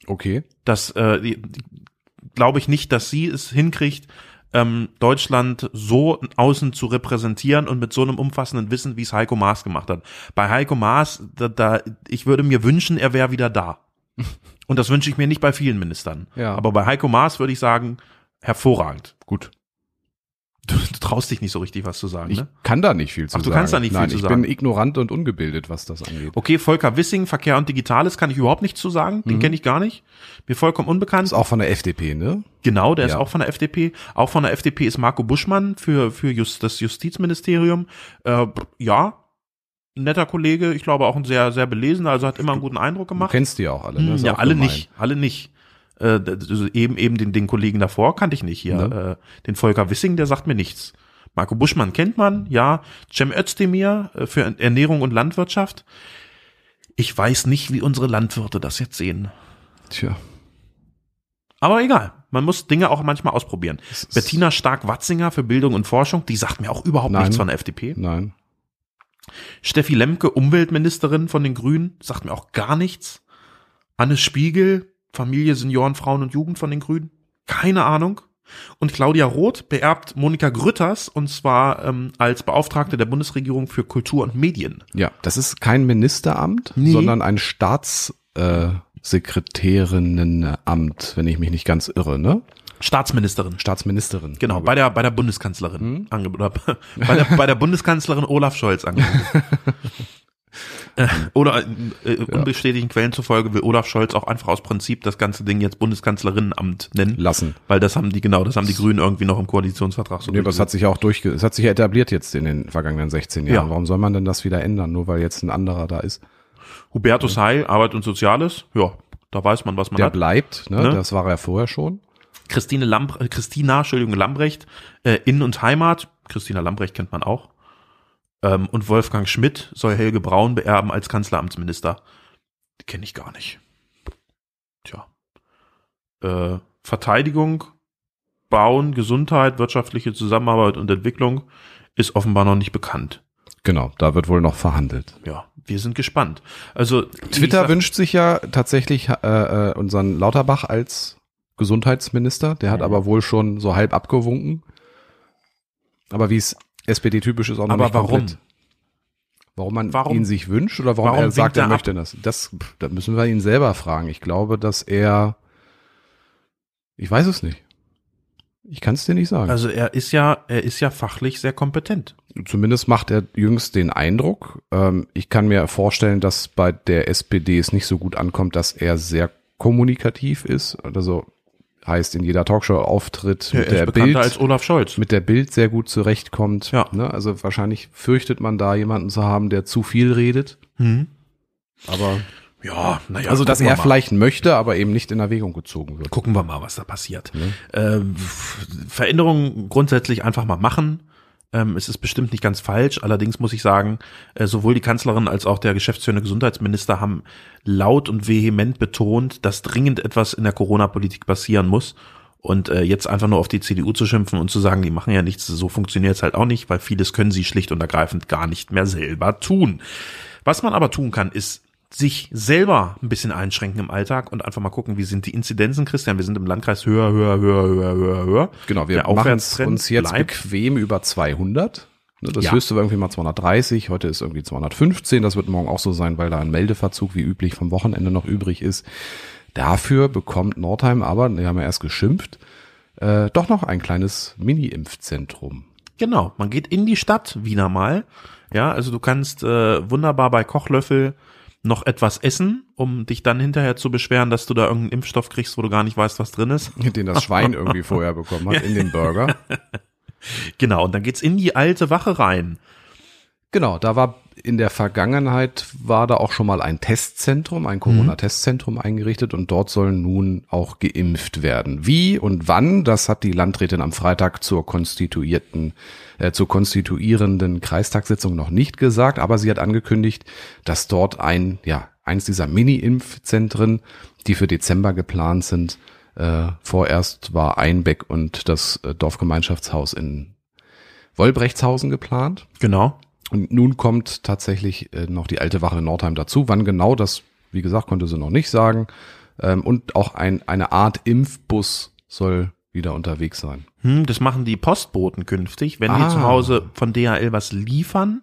[SPEAKER 2] Okay.
[SPEAKER 1] das äh, die- die- glaube ich nicht, dass sie es hinkriegt, ähm, Deutschland so außen zu repräsentieren und mit so einem umfassenden Wissen, wie es Heiko Maas gemacht hat. Bei Heiko Maas, da, da ich würde mir wünschen, er wäre wieder da. Und das wünsche ich mir nicht bei vielen Ministern.
[SPEAKER 2] Ja.
[SPEAKER 1] Aber bei Heiko Maas würde ich sagen, hervorragend.
[SPEAKER 2] Gut.
[SPEAKER 1] Du, du traust dich nicht so richtig, was zu sagen,
[SPEAKER 2] Ich
[SPEAKER 1] ne?
[SPEAKER 2] kann da nicht viel zu
[SPEAKER 1] Ach,
[SPEAKER 2] sagen.
[SPEAKER 1] du kannst da nicht viel
[SPEAKER 2] Nein,
[SPEAKER 1] zu
[SPEAKER 2] ich
[SPEAKER 1] sagen.
[SPEAKER 2] bin ignorant und ungebildet, was das angeht.
[SPEAKER 1] Okay, Volker Wissing, Verkehr und Digitales kann ich überhaupt nichts zu sagen. Den kenne ich gar nicht. Mir vollkommen unbekannt.
[SPEAKER 2] Ist auch von der FDP, ne?
[SPEAKER 1] Genau, der ist
[SPEAKER 2] Ja.
[SPEAKER 1] auch von der FDP. Auch von der FDP ist Marco Buschmann für, für Just, das Justizministerium. Äh, ja, netter Kollege, ich glaube auch ein sehr, sehr belesener, also hat immer einen guten Eindruck
[SPEAKER 2] Du
[SPEAKER 1] gemacht.
[SPEAKER 2] kennst die auch alle, ne?
[SPEAKER 1] Hm,
[SPEAKER 2] Ist
[SPEAKER 1] ja,
[SPEAKER 2] auch
[SPEAKER 1] alle
[SPEAKER 2] gemein.
[SPEAKER 1] nicht, alle nicht. Äh, d- also eben eben den, den Kollegen davor kannte ich nicht hier.
[SPEAKER 2] Ne?
[SPEAKER 1] Äh, den Volker Wissing, der sagt mir nichts. Marco Buschmann kennt man, ja. Cem Özdemir äh, für Ernährung und Landwirtschaft. Ich weiß nicht, wie unsere Landwirte das jetzt sehen.
[SPEAKER 2] Tja.
[SPEAKER 1] Aber egal, man muss Dinge auch manchmal ausprobieren.
[SPEAKER 2] ist-
[SPEAKER 1] Bettina Stark-Watzinger für Bildung und Forschung, die sagt mir auch überhaupt
[SPEAKER 2] Nein.
[SPEAKER 1] nichts von der FDP.
[SPEAKER 2] Nein.
[SPEAKER 1] Steffi Lemke, Umweltministerin von den Grünen, sagt mir auch gar nichts. Anne Spiegel, Familie, Senioren, Frauen und Jugend von den Grünen, keine Ahnung. Und Claudia Roth beerbt Monika Grütters und zwar ähm, als Beauftragte der Bundesregierung für Kultur und Medien.
[SPEAKER 2] Ja, das ist kein Ministeramt,
[SPEAKER 1] Nee.
[SPEAKER 2] sondern ein Staats äh, Sekretärinnenamt, wenn ich mich nicht ganz irre, ne?
[SPEAKER 1] Staatsministerin.
[SPEAKER 2] Staatsministerin.
[SPEAKER 1] Genau, bei der, bei der Bundeskanzlerin <laughs>
[SPEAKER 2] Hm? <laughs>
[SPEAKER 1] ange- oder bei der, bei der Bundeskanzlerin Olaf Scholz angerufen. Oder äh, unbestätigten Quellen zufolge will Olaf Scholz auch einfach aus Prinzip das ganze Ding jetzt Bundeskanzlerinnenamt nennen.
[SPEAKER 2] Lassen.
[SPEAKER 1] Weil das haben die, genau, das haben die Grünen irgendwie noch im Koalitionsvertrag so
[SPEAKER 2] Nee, aber es hat sich ja auch durchge, es hat sich ja etabliert jetzt in den vergangenen 16 Jahren.
[SPEAKER 1] Ja.
[SPEAKER 2] Warum soll man denn das wieder ändern, nur weil jetzt ein anderer da ist?
[SPEAKER 1] Hubertus Heil, Arbeit und Soziales, ja, da weiß man, was man
[SPEAKER 2] Der
[SPEAKER 1] hat.
[SPEAKER 2] bleibt, ne?
[SPEAKER 1] Ne?
[SPEAKER 2] Das war er vorher schon.
[SPEAKER 1] Christine Lamb, äh, Christina, Entschuldigung, Lambrecht, äh, Innen und Heimat, Christina Lambrecht kennt man auch. Ähm, und Wolfgang Schmidt soll Helge Braun beerben als Kanzleramtsminister. Die kenne ich gar nicht. Tja. Äh, Verteidigung, Bauen, Gesundheit, wirtschaftliche Zusammenarbeit und Entwicklung ist offenbar noch nicht bekannt.
[SPEAKER 2] Genau, da wird wohl noch verhandelt.
[SPEAKER 1] Ja, wir sind gespannt. Also
[SPEAKER 2] Twitter
[SPEAKER 1] wünscht
[SPEAKER 2] wünscht sich ja tatsächlich äh, äh, unseren Lauterbach als Gesundheitsminister. Der
[SPEAKER 1] Mhm.
[SPEAKER 2] hat aber wohl schon so halb abgewunken. Aber wie es SPD-typisch ist, auch noch
[SPEAKER 1] Aber
[SPEAKER 2] nicht
[SPEAKER 1] warum?
[SPEAKER 2] komplett. Warum man
[SPEAKER 1] Warum?
[SPEAKER 2] ihn sich wünscht oder warum,
[SPEAKER 1] Warum
[SPEAKER 2] er
[SPEAKER 1] winkt
[SPEAKER 2] sagt, er
[SPEAKER 1] er
[SPEAKER 2] möchte das? Das, pff, da müssen wir ihn selber fragen. Ich glaube, dass er. Ich weiß es nicht. Ich kann es dir nicht sagen.
[SPEAKER 1] Also er ist ja, er ist ja fachlich sehr kompetent.
[SPEAKER 2] Zumindest macht er jüngst den Eindruck. Ähm, ich kann mir vorstellen, dass bei der SPD es nicht so gut ankommt, dass er sehr kommunikativ ist. Also heißt in jeder Talkshow auftritt,
[SPEAKER 1] Er
[SPEAKER 2] mit,
[SPEAKER 1] ist
[SPEAKER 2] der Bild,
[SPEAKER 1] bekannter als Olaf Scholz.
[SPEAKER 2] mit der Bild sehr gut zurechtkommt.
[SPEAKER 1] Ja.
[SPEAKER 2] Ne? Also wahrscheinlich fürchtet man da jemanden zu haben, der zu viel redet.
[SPEAKER 1] Hm?
[SPEAKER 2] Aber
[SPEAKER 1] Ja, naja.
[SPEAKER 2] also dass
[SPEAKER 1] gucken wir
[SPEAKER 2] er
[SPEAKER 1] mal.
[SPEAKER 2] vielleicht möchte, aber eben nicht in Erwägung gezogen wird.
[SPEAKER 1] Gucken wir mal, was da passiert. Ähm, F- Veränderungen grundsätzlich einfach mal machen. Ähm, es ist bestimmt nicht ganz falsch. Allerdings muss ich sagen, äh, sowohl die Kanzlerin als auch der geschäftsführende Gesundheitsminister haben laut und vehement betont, dass dringend etwas in der Corona-Politik passieren muss. Und äh, jetzt einfach nur auf die CDU zu schimpfen und zu sagen, die machen ja nichts, so funktioniert es halt auch nicht, weil vieles können sie schlicht und ergreifend gar nicht mehr selber tun. Was man aber tun kann, ist sich selber ein bisschen einschränken im Alltag und einfach mal gucken, wie sind die Inzidenzen, Christian? Wir sind im Landkreis höher, höher, höher, höher, höher, höher.
[SPEAKER 2] Genau, wir
[SPEAKER 1] Der
[SPEAKER 2] machen es
[SPEAKER 1] Aufwärtstrend
[SPEAKER 2] uns jetzt
[SPEAKER 1] bleibt.
[SPEAKER 2] bequem über 200. Ne, Das
[SPEAKER 1] Ja.
[SPEAKER 2] höchste war irgendwie mal 230, heute ist irgendwie 215. Das wird morgen auch so sein, weil da ein Meldeverzug wie üblich vom Wochenende noch übrig ist. Dafür bekommt Nordheim aber, wir haben ja erst geschimpft, äh, doch noch ein kleines Mini-Impfzentrum. <laughs>
[SPEAKER 1] Genau, man geht in die Stadt wieder mal. Ja, also du kannst äh, wunderbar bei Kochlöffel noch etwas essen, um dich dann hinterher zu beschweren, dass du da irgendeinen Impfstoff kriegst, wo du gar nicht weißt, was drin ist.
[SPEAKER 2] Den das Schwein irgendwie vorher bekommen hat in den Burger.
[SPEAKER 1] Genau, und dann geht's in die alte Wache rein.
[SPEAKER 2] Genau, da war in der Vergangenheit war da auch schon mal ein Testzentrum, ein Corona-Testzentrum eingerichtet und dort soll nun auch geimpft werden. Wie und wann, das hat die Landrätin am Freitag zur konstituierten, äh, zur konstituierenden Kreistagssitzung noch nicht gesagt, aber sie hat angekündigt, dass dort ein, ja, eins dieser Mini-Impfzentren, die für Dezember geplant sind, äh, vorerst war Einbeck und das äh, Dorfgemeinschaftshaus in Wolbrechtshausen geplant.
[SPEAKER 1] Genau.
[SPEAKER 2] Und nun kommt tatsächlich äh, noch die alte Wache in Nordheim dazu. Wann genau das, wie gesagt, konnte sie noch nicht sagen. Ähm, und auch ein, eine Art Impfbus soll wieder unterwegs sein.
[SPEAKER 1] Hm, das machen die Postboten künftig. Wenn die
[SPEAKER 2] Ah.
[SPEAKER 1] zu Hause von DHL was liefern,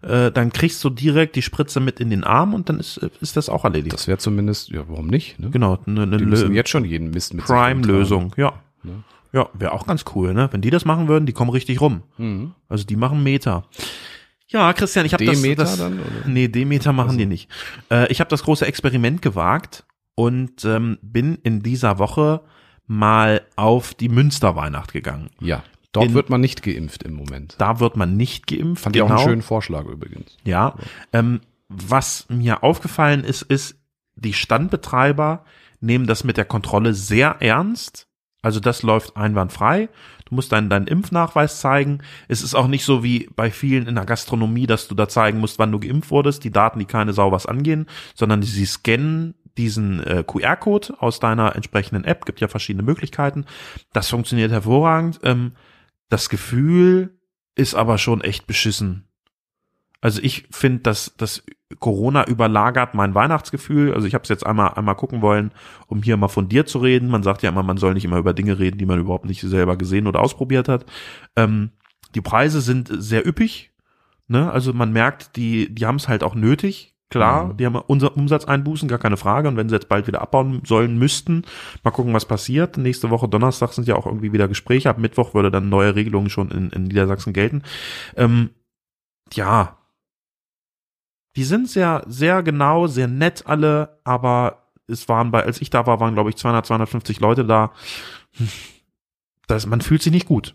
[SPEAKER 1] äh, dann kriegst du direkt die Spritze mit in den Arm und dann ist, ist das auch erledigt.
[SPEAKER 2] Das wäre zumindest, ja, warum nicht? Ne?
[SPEAKER 1] genau, eine, eine
[SPEAKER 2] Die müssen
[SPEAKER 1] Lö-
[SPEAKER 2] jetzt schon jeden Mist mit sich rumtragen.
[SPEAKER 1] Prime-Lösung, ja.
[SPEAKER 2] Ne?
[SPEAKER 1] Ja, wäre auch ganz cool, ne? Wenn die das machen würden, die kommen richtig rum.
[SPEAKER 2] Mhm.
[SPEAKER 1] Also die machen Meter. Ja, Christian, ich habe das,
[SPEAKER 2] Demeter
[SPEAKER 1] das
[SPEAKER 2] dann, oder?
[SPEAKER 1] Nee, Demeter machen die nicht. Äh, ich habe das große Experiment gewagt und ähm, bin in dieser Woche mal auf die Münsterweihnacht gegangen.
[SPEAKER 2] Ja, dort
[SPEAKER 1] In-
[SPEAKER 2] wird man nicht geimpft im Moment.
[SPEAKER 1] Da genau. wird man nicht geimpft.
[SPEAKER 2] Fand ich auch einen schönen Vorschlag übrigens.
[SPEAKER 1] Ja. Ähm, was mir aufgefallen ist, ist, die Standbetreiber nehmen das mit der Kontrolle sehr ernst. Also das läuft einwandfrei. Du musst deinen, deinen Impfnachweis zeigen. Es ist auch nicht so wie bei vielen in der Gastronomie, dass du da zeigen musst, wann du geimpft wurdest. Die Daten, die keine Sau was angehen, sondern sie scannen diesen äh, QR-Code aus deiner entsprechenden App. Gibt ja verschiedene Möglichkeiten. Das funktioniert hervorragend. Ähm, das Gefühl ist aber schon echt beschissen. Also ich finde, dass das Corona überlagert mein Weihnachtsgefühl. Also ich habe es jetzt einmal einmal gucken wollen, um hier mal von dir zu reden. Man sagt ja immer, man soll nicht immer über Dinge reden, die man überhaupt nicht selber gesehen oder ausprobiert hat. Ähm, die Preise sind sehr üppig. Ne? Also man merkt, die die haben es halt auch nötig. Klar,
[SPEAKER 2] Mhm.
[SPEAKER 1] die haben unser Umsatzeinbußen, gar keine Frage. Und wenn sie jetzt bald wieder abbauen sollen, müssten, mal gucken, was passiert. Nächste Woche Donnerstag sind ja auch irgendwie wieder Gespräche. Ab Mittwoch würde dann neue Regelungen schon in, in Niedersachsen gelten. Ähm, ja, Die sind sehr, sehr genau, sehr nett alle, aber es waren bei, als ich da war, waren glaube ich 200, 250 Leute da. Hm. Das, man fühlt sich nicht gut.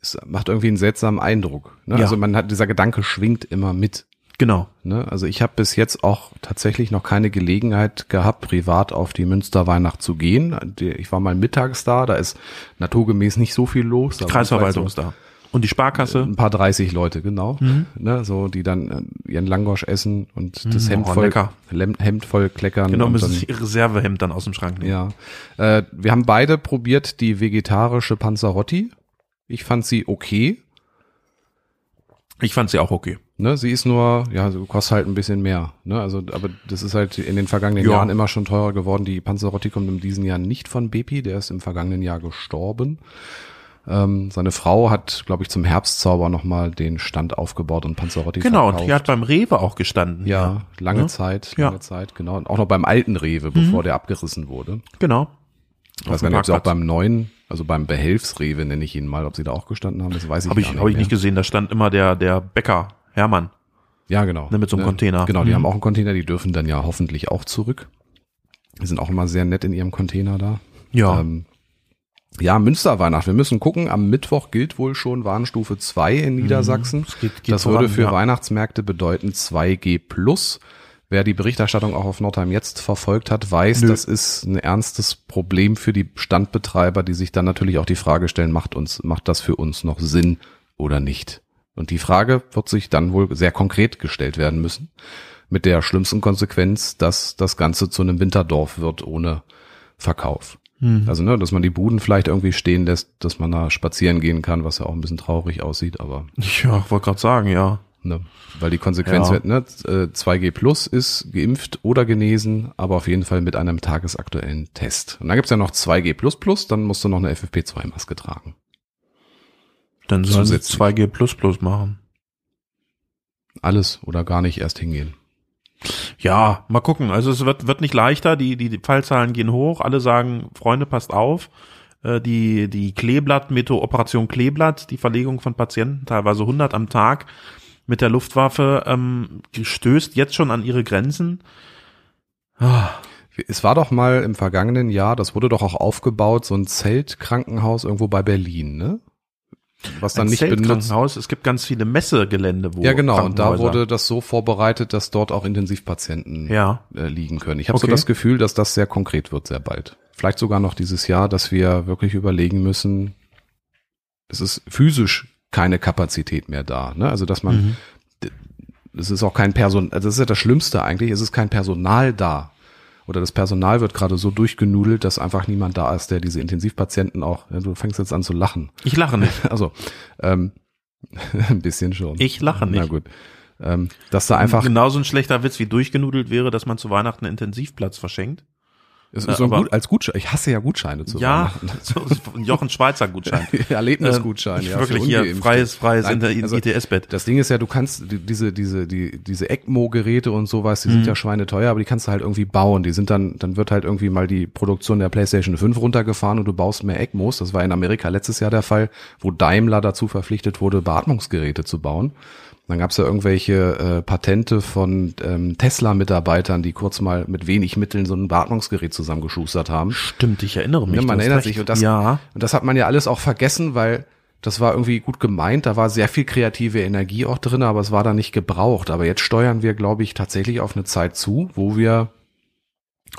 [SPEAKER 2] Es macht irgendwie einen seltsamen Eindruck. Ne?
[SPEAKER 1] Ja.
[SPEAKER 2] Also man hat, dieser Gedanke schwingt immer mit.
[SPEAKER 1] Genau.
[SPEAKER 2] Ne? Also ich habe bis jetzt auch tatsächlich noch keine Gelegenheit gehabt, privat auf die Münsterweihnacht zu gehen. Die- Ich war mal mittags da, da ist naturgemäß nicht so viel los.
[SPEAKER 1] Die Kreisverwaltung ist da. Und die Sparkasse.
[SPEAKER 2] Ein paar 30 Leute, Äh, genau.
[SPEAKER 1] Mhm.
[SPEAKER 2] Ne, so, die dann äh, ihren Langosch essen und das
[SPEAKER 1] Mhm,
[SPEAKER 2] Hemd,
[SPEAKER 1] oh,
[SPEAKER 2] voll,
[SPEAKER 1] lecker.
[SPEAKER 2] Lem- Hemd voll kleckern.
[SPEAKER 1] genau,
[SPEAKER 2] und
[SPEAKER 1] müssen
[SPEAKER 2] dann,
[SPEAKER 1] sie ihr Reservehemd dann aus dem Schrank nehmen.
[SPEAKER 2] ja. Äh, wir haben beide probiert die vegetarische Panzerotti. Ich fand sie okay.
[SPEAKER 1] Ich fand sie auch okay.
[SPEAKER 2] Ne, sie ist nur, ja, so kostet halt ein bisschen mehr. Ne, also, aber das ist halt in den vergangenen
[SPEAKER 1] Ja.
[SPEAKER 2] Jahren immer schon teurer geworden. Die Panzerotti kommt in diesem Jahr nicht von Bepi, der ist im vergangenen Jahr gestorben. Ähm, seine Frau hat, glaube ich, zum Herbstzauber nochmal den Stand aufgebaut und Panzerotti
[SPEAKER 1] genau,
[SPEAKER 2] verkauft.
[SPEAKER 1] und die hat beim Rewe auch gestanden.
[SPEAKER 2] Ja, lange
[SPEAKER 1] Ja. Ne?
[SPEAKER 2] Zeit,
[SPEAKER 1] Ja.
[SPEAKER 2] lange Zeit, genau. Und auch noch beim alten Rewe, bevor der abgerissen wurde.
[SPEAKER 1] Genau.
[SPEAKER 2] Ich weiß
[SPEAKER 1] dem
[SPEAKER 2] gar nicht, ob sie auch
[SPEAKER 1] Parkplatz.
[SPEAKER 2] beim neuen, also beim Behelfsrewe nenne ich ihn mal, ob sie da auch gestanden haben, das weiß ich
[SPEAKER 1] Habe ich,
[SPEAKER 2] gar
[SPEAKER 1] hab ich
[SPEAKER 2] mehr.
[SPEAKER 1] nicht gesehen, da stand immer der, der Bäcker, Hermann.
[SPEAKER 2] Ja, genau.
[SPEAKER 1] Ne, mit so einem Container.
[SPEAKER 2] Genau, die
[SPEAKER 1] Mhm.
[SPEAKER 2] haben auch einen Container, die dürfen dann ja hoffentlich auch zurück. Die sind auch immer sehr nett in ihrem Container da.
[SPEAKER 1] Ja.
[SPEAKER 2] Ähm, ja, Münsterweihnacht. Wir müssen gucken. Am Mittwoch gilt wohl schon Warnstufe 2 in Niedersachsen.
[SPEAKER 1] Mhm. Es geht- geht
[SPEAKER 2] das
[SPEAKER 1] voran,
[SPEAKER 2] würde für
[SPEAKER 1] ja.
[SPEAKER 2] Weihnachtsmärkte bedeuten 2G+. Wer die Berichterstattung auch auf Nordheim jetzt verfolgt hat, weiß,
[SPEAKER 1] Nö.
[SPEAKER 2] das ist ein ernstes Problem für die Standbetreiber, die sich dann natürlich auch die Frage stellen, macht uns, macht das für uns noch Sinn oder nicht? Und die Frage wird sich dann wohl sehr konkret gestellt werden müssen. Mit der schlimmsten Konsequenz, dass das Ganze zu einem Winterdorf wird ohne Verkauf.
[SPEAKER 1] Mhm.
[SPEAKER 2] Also, ne, dass man die Buden vielleicht irgendwie stehen lässt, dass man da spazieren gehen kann, was ja auch ein bisschen traurig aussieht, aber,
[SPEAKER 1] <laughs> Ja, ich wollte gerade sagen, ja.
[SPEAKER 2] ne, weil die Konsequenz
[SPEAKER 1] Ja.
[SPEAKER 2] wird, ne, äh, 2G plus ist geimpft oder genesen, aber auf jeden Fall mit einem tagesaktuellen Test. Und dann gibt's ja noch 2G plus plus, dann musst du noch eine FFP2-Maske tragen.
[SPEAKER 1] Dann sollen sie
[SPEAKER 2] Zusätzlich.
[SPEAKER 1] 2G plus plus machen.
[SPEAKER 2] Alles oder gar nicht erst hingehen.
[SPEAKER 1] Ja, mal gucken. Also es wird, wird nicht leichter. Die, die, die Fallzahlen gehen hoch. Alle sagen, Freunde, passt auf. Äh, Die, die Kleeblatt, Meteo Operation Kleeblatt, die Verlegung von Patienten, teilweise 100 am Tag mit der Luftwaffe, ähm, stößt jetzt schon an ihre Grenzen. Ah,
[SPEAKER 2] Es war doch mal im vergangenen Jahr, das wurde doch auch aufgebaut, so ein Zeltkrankenhaus irgendwo bei Berlin, ne? Was dann
[SPEAKER 1] ein
[SPEAKER 2] nicht benutzt
[SPEAKER 1] Zeltkrankenhaus. Es gibt ganz viele Messegelände, wo
[SPEAKER 2] Ja, genau. Und da
[SPEAKER 1] Krankenhäuser-
[SPEAKER 2] wurde das so vorbereitet, dass dort auch Intensivpatienten
[SPEAKER 1] ja
[SPEAKER 2] äh, liegen können. Ich habe so
[SPEAKER 1] Okay.
[SPEAKER 2] das Gefühl, dass das sehr konkret wird, sehr bald. Vielleicht sogar noch dieses Jahr, dass wir wirklich überlegen müssen, es ist physisch keine Kapazität mehr da. Ne? Also, dass man,
[SPEAKER 1] Mhm.
[SPEAKER 2] d- es ist auch kein Personal, also das ist ja das Schlimmste eigentlich, es ist kein Personal da. Oder das Personal wird gerade so durchgenudelt, dass einfach niemand da ist, der diese Intensivpatienten auch, ja, du fängst jetzt an zu lachen.
[SPEAKER 1] ich lache nicht.
[SPEAKER 2] Also, ähm, <laughs> ein bisschen schon.
[SPEAKER 1] Ich lache nicht. Genau.
[SPEAKER 2] Na gut. Ähm, dass da <laughs> einfach,
[SPEAKER 1] Genauso ein schlechter Witz wie durchgenudelt wäre, dass man zu Weihnachten einen Intensivplatz verschenkt.
[SPEAKER 2] es ist so ein
[SPEAKER 1] aber-
[SPEAKER 2] gut, als Gutschein, ich hasse ja Gutscheine zu
[SPEAKER 1] ja, <laughs> so, so ein Jochen Schweizer Gutschein.
[SPEAKER 2] Weihnachten. <laughs> Erlebnisgutschein,
[SPEAKER 1] Äh,
[SPEAKER 2] ja. für
[SPEAKER 1] Wirklich hier
[SPEAKER 2] Ungeimpfte.
[SPEAKER 1] freies, freies
[SPEAKER 2] Nein,
[SPEAKER 1] Inter- in
[SPEAKER 2] also
[SPEAKER 1] ITS-Bett.
[SPEAKER 2] Das Ding ist ja, du kannst die- diese, diese, die, diese ECMO-Geräte und sowas, die
[SPEAKER 1] Mhm.
[SPEAKER 2] sind ja schweineteuer, aber die kannst du halt irgendwie bauen. Die sind dann, dann wird halt irgendwie mal die Produktion der PlayStation 5 runtergefahren und du baust mehr ECMOs. Das war in Amerika letztes Jahr der Fall, wo Daimler dazu verpflichtet wurde, Beatmungsgeräte zu bauen. Dann gab es ja irgendwelche äh, Patente von ähm, Tesla-Mitarbeitern, die kurz mal mit wenig Mitteln so ein Beatmungsgerät zusammengeschustert haben.
[SPEAKER 1] Stimmt, ich erinnere mich.
[SPEAKER 2] Ja, man
[SPEAKER 1] du hast
[SPEAKER 2] erinnert
[SPEAKER 1] recht.
[SPEAKER 2] sich. Und das,
[SPEAKER 1] ja,
[SPEAKER 2] und das hat man ja alles auch vergessen, weil das war irgendwie gut gemeint. Da war sehr viel kreative Energie auch drin, aber es war da nicht gebraucht. Aber jetzt steuern wir, glaube ich, tatsächlich auf eine Zeit zu, wo wir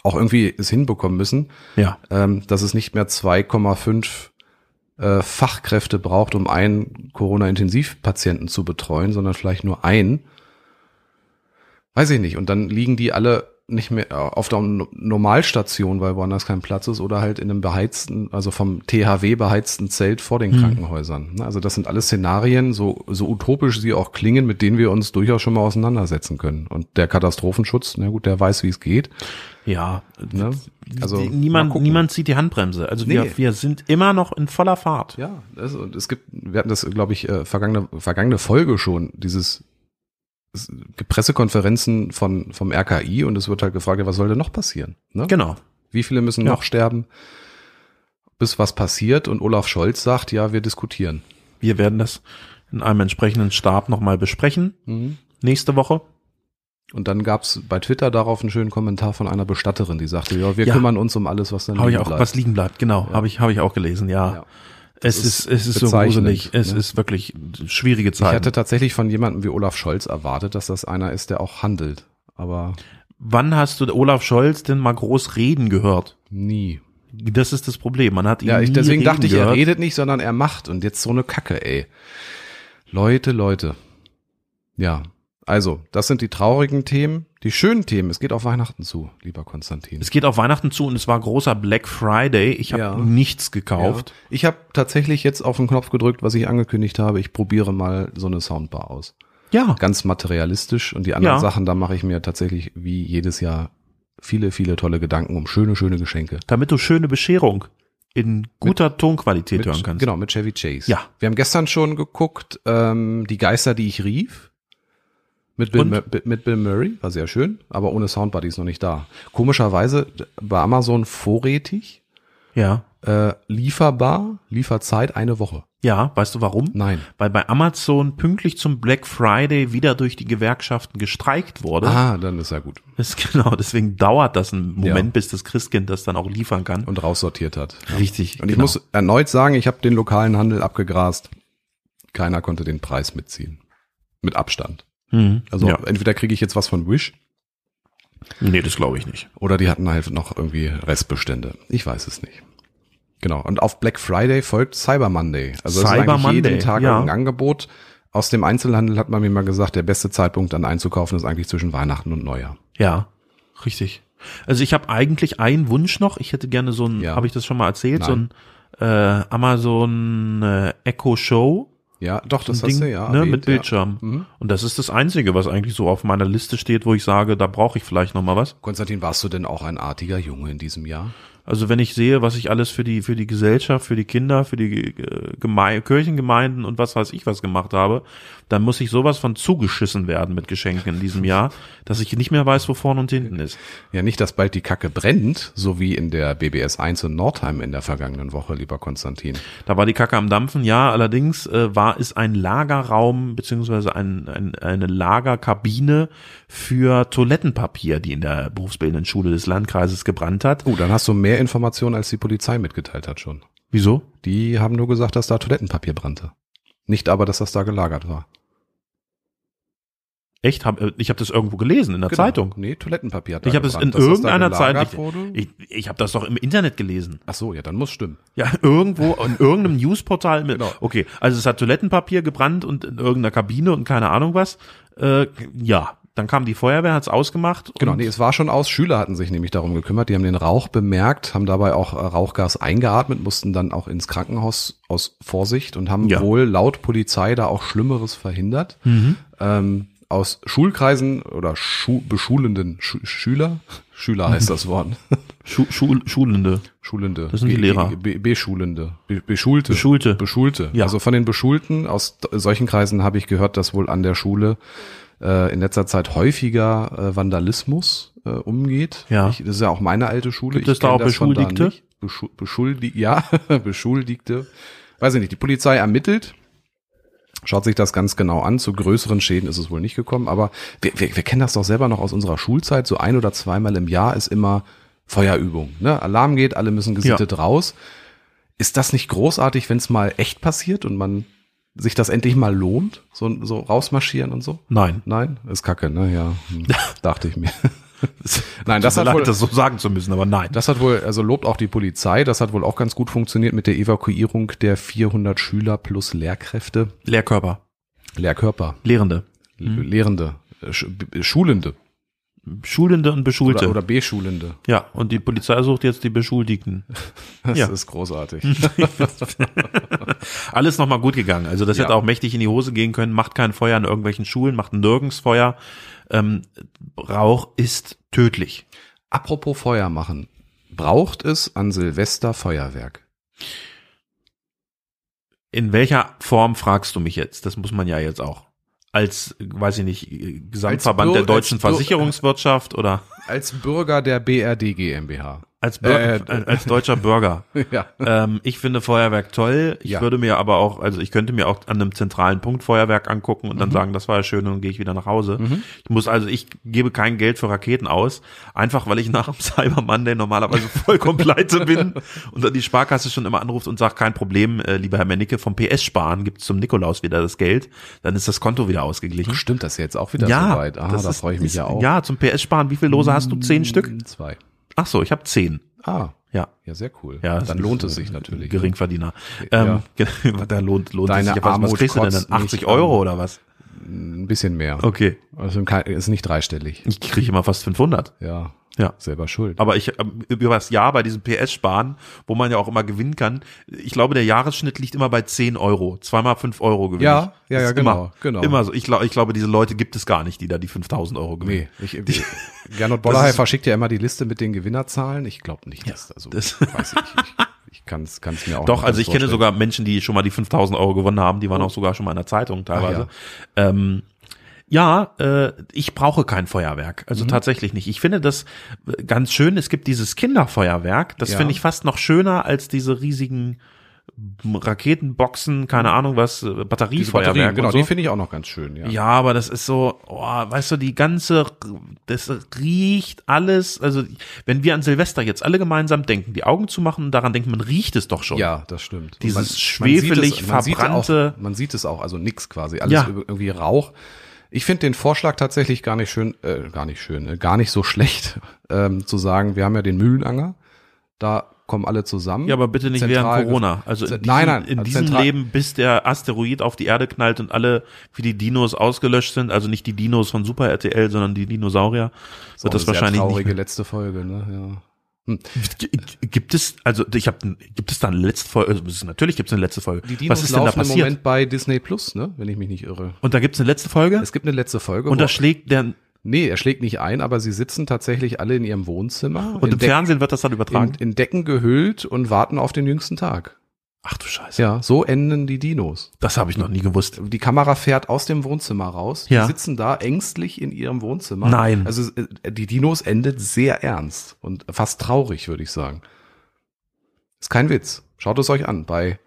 [SPEAKER 2] auch irgendwie es hinbekommen müssen,
[SPEAKER 1] ja.
[SPEAKER 2] ähm, dass es nicht mehr 2,5 äh, Fachkräfte braucht, um einen Corona-Intensivpatienten zu betreuen, sondern vielleicht nur einen. Weiß ich nicht. Und dann liegen die alle nicht mehr äh, auf der No- Normalstation, weil woanders kein Platz ist, oder halt in einem beheizten, also vom THW beheizten Zelt vor den Krankenhäusern. Ne, Also das sind alles Szenarien, so, so utopisch sie auch klingen, mit denen wir uns durchaus schon mal auseinandersetzen können. Und der Katastrophenschutz, na gut, der weiß, wie es geht.
[SPEAKER 1] Ja.
[SPEAKER 2] Ne?
[SPEAKER 1] Also,
[SPEAKER 2] mal
[SPEAKER 1] niemand,
[SPEAKER 2] gucken.
[SPEAKER 1] niemand zieht die Handbremse. Also
[SPEAKER 2] Nee.
[SPEAKER 1] wir, wir sind immer noch in voller Fahrt.
[SPEAKER 2] Ja, also und es gibt, wir hatten das, glaube ich, äh, vergangene, vergangene Folge schon, dieses es gibt Pressekonferenzen von, vom RKI und es wird halt gefragt, ja, was soll denn noch passieren? Ne?
[SPEAKER 1] Genau.
[SPEAKER 2] Wie viele müssen
[SPEAKER 1] Ja.
[SPEAKER 2] noch sterben, bis was passiert? Und Olaf Scholz sagt, ja, wir diskutieren.
[SPEAKER 1] Mhm. Wir werden das in einem entsprechenden Stab nochmal besprechen. Nächste Woche.
[SPEAKER 2] Und dann gab's bei Twitter darauf einen schönen Kommentar von einer Bestatterin, die sagte, ja, wir
[SPEAKER 1] Ja.
[SPEAKER 2] kümmern uns um alles, was dann
[SPEAKER 1] Habe ich
[SPEAKER 2] liegen
[SPEAKER 1] auch
[SPEAKER 2] bleibt.
[SPEAKER 1] was liegen bleibt, genau. Habe ich, habe ich auch gelesen, ja.
[SPEAKER 2] Ja.
[SPEAKER 1] Es
[SPEAKER 2] ist
[SPEAKER 1] ist, es ist so
[SPEAKER 2] bezeichnend,
[SPEAKER 1] gruselig. Es
[SPEAKER 2] ne?
[SPEAKER 1] ist wirklich schwierige
[SPEAKER 2] Ich hatte
[SPEAKER 1] Zeiten.
[SPEAKER 2] tatsächlich von jemandem wie Olaf Scholz erwartet, dass das einer ist, der auch handelt. Aber
[SPEAKER 1] Wann hast du Olaf Scholz denn mal groß reden gehört?
[SPEAKER 2] nie.
[SPEAKER 1] Das ist das Problem. Man hat ihn
[SPEAKER 2] Ja, ich,
[SPEAKER 1] nie
[SPEAKER 2] deswegen
[SPEAKER 1] reden
[SPEAKER 2] dachte ich, er
[SPEAKER 1] gehört.
[SPEAKER 2] redet nicht, sondern er macht. Und jetzt so eine Kacke, ey. Leute, Leute. Ja. Also, das sind die traurigen Themen. Die schönen Themen. Es geht auf Weihnachten zu, lieber Konstantin.
[SPEAKER 1] Es geht auf Weihnachten zu und es war großer Black Friday. Ich habe
[SPEAKER 2] Ja.
[SPEAKER 1] nichts gekauft.
[SPEAKER 2] gekauft. Ich habe tatsächlich jetzt auf den Knopf gedrückt, was ich angekündigt habe. Ich probiere mal so eine Soundbar aus.
[SPEAKER 1] Ja.
[SPEAKER 2] Ganz materialistisch und die anderen
[SPEAKER 1] Ja.
[SPEAKER 2] Sachen, da mache ich mir tatsächlich wie jedes Jahr viele, viele tolle Gedanken um schöne, schöne Geschenke.
[SPEAKER 1] Damit du schöne Bescherung in guter Tonqualität hören kannst.
[SPEAKER 2] genau, mit Chevy Chase.
[SPEAKER 1] Ja.
[SPEAKER 2] Wir haben gestern schon geguckt, ähm, die Geister, die ich rief. Mit Bill,
[SPEAKER 1] Und?
[SPEAKER 2] Mur- Bi- mit Bill Murray, war sehr schön, aber ohne Soundbar, die ist noch nicht da. Komischerweise bei Amazon vorrätig,
[SPEAKER 1] Ja.
[SPEAKER 2] äh, lieferbar, Lieferzeit eine Woche.
[SPEAKER 1] Ja, weißt du warum?
[SPEAKER 2] Nein.
[SPEAKER 1] Weil bei Amazon pünktlich zum Black Friday wieder durch die Gewerkschaften gestreikt wurde.
[SPEAKER 2] Ah, dann ist ja gut.
[SPEAKER 1] Das, <laughs> genau, deswegen dauert das einen Moment,
[SPEAKER 2] Ja.
[SPEAKER 1] bis das Christkind das dann auch liefern kann.
[SPEAKER 2] und raussortiert hat.
[SPEAKER 1] Richtig.
[SPEAKER 2] Und ich
[SPEAKER 1] genau.
[SPEAKER 2] muss erneut sagen, ich habe den lokalen Handel abgegrast. Keiner konnte den Preis mitziehen. Mit Abstand.
[SPEAKER 1] Mhm.
[SPEAKER 2] Also
[SPEAKER 1] ja.
[SPEAKER 2] entweder kriege ich jetzt was von Wish
[SPEAKER 1] Nee, das glaube ich nicht.
[SPEAKER 2] oder die hatten halt noch irgendwie Restbestände. Ich weiß es nicht. Genau. Und auf Black Friday folgt Cyber Monday. Also es ist
[SPEAKER 1] Cyber
[SPEAKER 2] eigentlich jeden
[SPEAKER 1] Monday,
[SPEAKER 2] Tag
[SPEAKER 1] ja.
[SPEAKER 2] ein Angebot. Aus dem Einzelhandel hat man mir mal gesagt, der beste Zeitpunkt dann einzukaufen ist eigentlich zwischen Weihnachten und Neujahr.
[SPEAKER 1] Ja, richtig. Also ich habe eigentlich einen Wunsch noch. Ich hätte gerne so ein,
[SPEAKER 2] Ja.
[SPEAKER 1] habe ich das schon mal erzählt,
[SPEAKER 2] Nein.
[SPEAKER 1] so ein äh, Amazon äh, Echo Show.
[SPEAKER 2] Ja, doch, das
[SPEAKER 1] Ding,
[SPEAKER 2] hast du ja.
[SPEAKER 1] ne,
[SPEAKER 2] erwähnt,
[SPEAKER 1] mit
[SPEAKER 2] ja.
[SPEAKER 1] Bildschirm.
[SPEAKER 2] Mhm.
[SPEAKER 1] Und das ist das Einzige, was eigentlich so auf meiner Liste steht, wo ich sage, da brauche ich vielleicht noch mal was.
[SPEAKER 2] Konstantin, warst du denn auch ein artiger Junge in diesem Jahr?
[SPEAKER 1] Also wenn ich sehe, was ich alles für die für die Gesellschaft, für die Kinder, für die äh, Geme Kirchengemeinden und was weiß ich was gemacht habe, dann muss ich sowas von zugeschissen werden mit Geschenken in diesem Jahr, dass ich nicht mehr weiß, wo vorne und hinten ist.
[SPEAKER 2] Ja, nicht, dass bald die Kacke brennt, so wie in der BBS 1 in Nordheim in der vergangenen Woche, lieber Konstantin.
[SPEAKER 1] Da war die Kacke am Dampfen, ja, allerdings äh, war es ein Lagerraum beziehungsweise Ein, ein, eine Lagerkabine für Toilettenpapier, die in der berufsbildenden Schule des Landkreises gebrannt hat.
[SPEAKER 2] Oh, dann hast du mehr Informationen, als die Polizei mitgeteilt hat schon.
[SPEAKER 1] Wieso?
[SPEAKER 2] Die haben nur gesagt, dass da Toilettenpapier brannte. Nicht aber, dass das da gelagert war.
[SPEAKER 1] Genau. Echt? Hab, äh, ich habe das irgendwo gelesen in der
[SPEAKER 2] Genau.
[SPEAKER 1] Zeitung.
[SPEAKER 2] Nee, Toilettenpapier hat da
[SPEAKER 1] Ich habe es in
[SPEAKER 2] gebrannt. Dass das da
[SPEAKER 1] irgendeiner
[SPEAKER 2] gelagert
[SPEAKER 1] Zeitung.
[SPEAKER 2] Wurde?
[SPEAKER 1] Ich, ich habe das doch im Internet gelesen.
[SPEAKER 2] Ach so, ja, dann muss stimmen.
[SPEAKER 1] Ja, <laughs> irgendwo in irgendeinem Newsportal. Mit,
[SPEAKER 2] Genau.
[SPEAKER 1] Okay, also es hat Toilettenpapier gebrannt und in irgendeiner Kabine und keine Ahnung was. Äh, ja, dann kam die Feuerwehr, hat's ausgemacht.
[SPEAKER 2] Genau,
[SPEAKER 1] und,
[SPEAKER 2] nee, es war schon aus. Schüler hatten sich nämlich darum gekümmert. Die haben den Rauch bemerkt, haben dabei auch äh, Rauchgas eingeatmet, mussten dann auch ins Krankenhaus aus Vorsicht und haben
[SPEAKER 1] Ja. Mhm.
[SPEAKER 2] wohl laut Polizei da auch Schlimmeres verhindert. Ähm, aus Schulkreisen oder Schu beschulenden Schu Schüler,
[SPEAKER 1] <laughs>
[SPEAKER 2] Schüler heißt das Wort,
[SPEAKER 1] Schu Schul Schulende.
[SPEAKER 2] Schulende.
[SPEAKER 1] Das sind die
[SPEAKER 2] Be-
[SPEAKER 1] Lehrer.
[SPEAKER 2] Be Beschulende. Be Beschulte.
[SPEAKER 1] Beschulte.
[SPEAKER 2] Beschulte.
[SPEAKER 1] Ja.
[SPEAKER 2] Also von den Beschulten aus d- solchen Kreisen habe ich gehört, dass wohl an der Schule äh, in letzter Zeit häufiger äh, Vandalismus äh, umgeht.
[SPEAKER 1] Ja.
[SPEAKER 2] Ich, das ist ja auch meine alte Schule.
[SPEAKER 1] Gibt es
[SPEAKER 2] ich
[SPEAKER 1] da
[SPEAKER 2] kenn
[SPEAKER 1] auch
[SPEAKER 2] das von
[SPEAKER 1] Beschuldigte?
[SPEAKER 2] nicht. Beschu Beschuldi <laughs> ja, Beschuldigte. Weiß ich nicht. Die Polizei ermittelt. Schaut sich das ganz genau an. Zu größeren Schäden ist es wohl nicht gekommen, aber wir, wir, wir kennen das doch selber noch aus unserer Schulzeit. So ein oder zweimal im Jahr ist immer Feuerübung. Ne? Alarm geht, alle müssen gesittet raus. Ist das nicht großartig, wenn es mal echt passiert und man sich das endlich mal lohnt? So, so rausmarschieren und so?
[SPEAKER 1] Nein.
[SPEAKER 2] Nein? Ist kacke, ne? Ja.
[SPEAKER 1] <laughs>
[SPEAKER 2] Hm, dachte ich mir. <laughs> Nein, das
[SPEAKER 1] Tut mir
[SPEAKER 2] hat wohl-
[SPEAKER 1] leid, das so sagen zu müssen, aber nein.
[SPEAKER 2] Das hat wohl, also lobt auch die Polizei, das hat wohl auch ganz gut funktioniert mit der Evakuierung der 400 Schüler plus Lehrkräfte.
[SPEAKER 1] Lehrkörper.
[SPEAKER 2] Lehrkörper,
[SPEAKER 1] Lehrende.
[SPEAKER 2] Lehrende, äh, Sch B- Schulende
[SPEAKER 1] Schulende und Beschulte.
[SPEAKER 2] oder, oder Beschulende.
[SPEAKER 1] ja, und die Polizei sucht jetzt die Beschuldigten.
[SPEAKER 2] <laughs> Das
[SPEAKER 1] Ja.
[SPEAKER 2] ist großartig.
[SPEAKER 1] <laughs> Alles nochmal gut gegangen. Also das
[SPEAKER 2] Ja.
[SPEAKER 1] hätte auch mächtig in die Hose gehen können. Macht kein Feuer in irgendwelchen Schulen, macht nirgends Feuer. Ähm, Rauch ist tödlich.
[SPEAKER 2] Apropos Feuer machen. Braucht es an Silvester Feuerwerk?
[SPEAKER 1] In welcher Form fragst du mich jetzt? Das muss man ja jetzt auch. Als, weiß ich nicht, Gesamtverband
[SPEAKER 2] Bür-
[SPEAKER 1] der deutschen
[SPEAKER 2] als Bür- Äh,
[SPEAKER 1] Versicherungswirtschaft oder
[SPEAKER 2] als Bürger der BRD GmbH. <laughs>
[SPEAKER 1] Als, Bürger,
[SPEAKER 2] Äh,
[SPEAKER 1] als deutscher Bürger.
[SPEAKER 2] <laughs> Ja.
[SPEAKER 1] ähm, ich finde Feuerwerk toll. Ich
[SPEAKER 2] Ja.
[SPEAKER 1] würde mir aber auch, also ich könnte mir auch an einem zentralen Punkt Feuerwerk angucken und dann
[SPEAKER 2] Mhm.
[SPEAKER 1] sagen, das war ja schön und dann gehe ich wieder nach Hause. Ich muss also, ich gebe kein Geld für Raketen aus, einfach weil ich nach dem <laughs> Cyber Monday normalerweise vollkommen pleite bin
[SPEAKER 2] <laughs>
[SPEAKER 1] und dann die Sparkasse schon immer anruft und sagt, kein Problem, äh, lieber Herr Mennecke, vom PS sparen gibt's zum Nikolaus wieder das Geld, dann ist das Konto wieder ausgeglichen.
[SPEAKER 2] Stimmt das ist jetzt auch wieder soweit? Ah, da
[SPEAKER 1] ist-
[SPEAKER 2] freue ich mich
[SPEAKER 1] ist-
[SPEAKER 2] ja auch. Hm,
[SPEAKER 1] Ja, zum PS sparen, wie viel Lose hast du? Zehn Stück?
[SPEAKER 2] Zwei.
[SPEAKER 1] Ach so, ich habe zehn.
[SPEAKER 2] Ah,
[SPEAKER 1] Ja,
[SPEAKER 2] ja, sehr cool.
[SPEAKER 1] ja, das
[SPEAKER 2] Dann
[SPEAKER 1] ist,
[SPEAKER 2] lohnt
[SPEAKER 1] äh,
[SPEAKER 2] es sich natürlich.
[SPEAKER 1] Geringverdiener.
[SPEAKER 2] Ja.
[SPEAKER 1] <laughs> Ähm, da lohnt, lohnt
[SPEAKER 2] Deine
[SPEAKER 1] es
[SPEAKER 2] ähm,
[SPEAKER 1] sich. Was, was
[SPEAKER 2] Armut
[SPEAKER 1] kriegst du denn dann?
[SPEAKER 2] kotzt mich
[SPEAKER 1] 80
[SPEAKER 2] an.
[SPEAKER 1] Euro oder was?
[SPEAKER 2] Ein bisschen mehr.
[SPEAKER 1] Okay.
[SPEAKER 2] Also kein- ist nicht dreistellig.
[SPEAKER 1] Ich kriege immer fast 500.
[SPEAKER 2] Ja.
[SPEAKER 1] Ja.
[SPEAKER 2] Selber schuld.
[SPEAKER 1] Aber ich, ähm, über das Jahr bei diesem PS-Sparen, wo man ja auch immer gewinnen kann, ich glaube, der Jahresschnitt liegt immer bei 10 Euro. Zweimal 5 Euro gewinnen.
[SPEAKER 2] Ja, ja, ja, genau,
[SPEAKER 1] immer,
[SPEAKER 2] genau.
[SPEAKER 1] Immer so. Ich, glaub, ich glaube, diese Leute gibt es gar nicht, die da die 5000 Euro gewinnen.
[SPEAKER 2] Nee, ich, ich,
[SPEAKER 1] <laughs>
[SPEAKER 2] Gernot Bollerheim
[SPEAKER 1] ist-
[SPEAKER 2] verschickt ja immer die Liste mit den Gewinnerzahlen. Ich glaube nicht, dass also
[SPEAKER 1] das-
[SPEAKER 2] <laughs> weiß ich, ich, ich kann es mir auch
[SPEAKER 1] Doch,
[SPEAKER 2] nicht
[SPEAKER 1] also ich kenne
[SPEAKER 2] vorstellen. Oh.
[SPEAKER 1] sogar Menschen, die schon mal die 5000 Euro gewonnen haben, die waren auch sogar schon mal in der Zeitung teilweise. Ähm, ja, äh, ich brauche kein Feuerwerk,
[SPEAKER 2] Mhm.
[SPEAKER 1] also tatsächlich nicht. Ich finde das äh, ganz schön, es gibt dieses Kinderfeuerwerk, das
[SPEAKER 2] Ja.
[SPEAKER 1] finde ich fast noch schöner als diese riesigen m, Raketenboxen, keine Ahnung was, äh,
[SPEAKER 2] Mhm. Diese
[SPEAKER 1] Batteriefeuerwerk.
[SPEAKER 2] Batterien, genau,
[SPEAKER 1] und so.
[SPEAKER 2] die finde ich auch noch ganz schön, ja.
[SPEAKER 1] Ja, aber das ist so, oh, weißt du, die ganze, das riecht alles. Also, wenn wir an Silvester jetzt alle gemeinsam denken, die Augen zumachen und daran denken, man riecht es doch schon.
[SPEAKER 2] Ja, das stimmt. Und
[SPEAKER 1] Dieses
[SPEAKER 2] sieht
[SPEAKER 1] schwefelig
[SPEAKER 2] es- man sieht
[SPEAKER 1] verbrannte-
[SPEAKER 2] Auch, man sieht es auch, also nix quasi, alles
[SPEAKER 1] Ja.
[SPEAKER 2] über- irgendwie Rauch. Ich finde den Vorschlag tatsächlich gar nicht schön, äh, gar nicht schön, äh, gar nicht so schlecht, <laughs> ähm, zu sagen, wir haben ja den Mühlenanger, da kommen alle zusammen.
[SPEAKER 1] Ja, aber bitte nicht
[SPEAKER 2] Hm? Zentral-
[SPEAKER 1] während Corona. Also in
[SPEAKER 2] Ze-
[SPEAKER 1] diesem,
[SPEAKER 2] nein, nein,
[SPEAKER 1] in
[SPEAKER 2] also
[SPEAKER 1] diesem
[SPEAKER 2] zentral-
[SPEAKER 1] Leben, bis der Asteroid auf die Erde knallt und alle wie die Dinos ausgelöscht sind, also nicht die Dinos von Super RTL, sondern die Dinosaurier,
[SPEAKER 2] auch
[SPEAKER 1] wird das
[SPEAKER 2] eine sehr
[SPEAKER 1] wahrscheinlich nicht.
[SPEAKER 2] traurige letzte Folge, ne? Ja. Hm.
[SPEAKER 1] G- g- Gibt es, also ich habe, gibt es da eine letzte Folge? Also, es ist- natürlich gibt es eine letzte Folge.
[SPEAKER 2] Die Dinos
[SPEAKER 1] Was ist denn da
[SPEAKER 2] laufen im
[SPEAKER 1] passiert?
[SPEAKER 2] Moment bei Disney Plus, ne? Wenn ich mich nicht irre.
[SPEAKER 1] Und da gibt es eine letzte Folge
[SPEAKER 2] Es gibt eine letzte Folge.
[SPEAKER 1] und
[SPEAKER 2] wo-
[SPEAKER 1] da schlägt der
[SPEAKER 2] nee, er schlägt nicht ein, aber sie sitzen tatsächlich alle in ihrem Wohnzimmer
[SPEAKER 1] und
[SPEAKER 2] in,
[SPEAKER 1] im
[SPEAKER 2] Deck-
[SPEAKER 1] Fernsehen wird das dann übertragen.
[SPEAKER 2] in, in Decken gehüllt und warten auf den jüngsten Tag.
[SPEAKER 1] Ach du Scheiße.
[SPEAKER 2] Ja, so enden die Dinos.
[SPEAKER 1] Das habe ich noch nie gewusst.
[SPEAKER 2] Die Kamera fährt aus dem Wohnzimmer raus.
[SPEAKER 1] Ja.
[SPEAKER 2] Die sitzen da ängstlich in ihrem Wohnzimmer.
[SPEAKER 1] Nein.
[SPEAKER 2] Also äh, die Dinos endet sehr ernst und fast traurig, würde ich sagen. Ist kein Witz. Schaut es euch an. Bei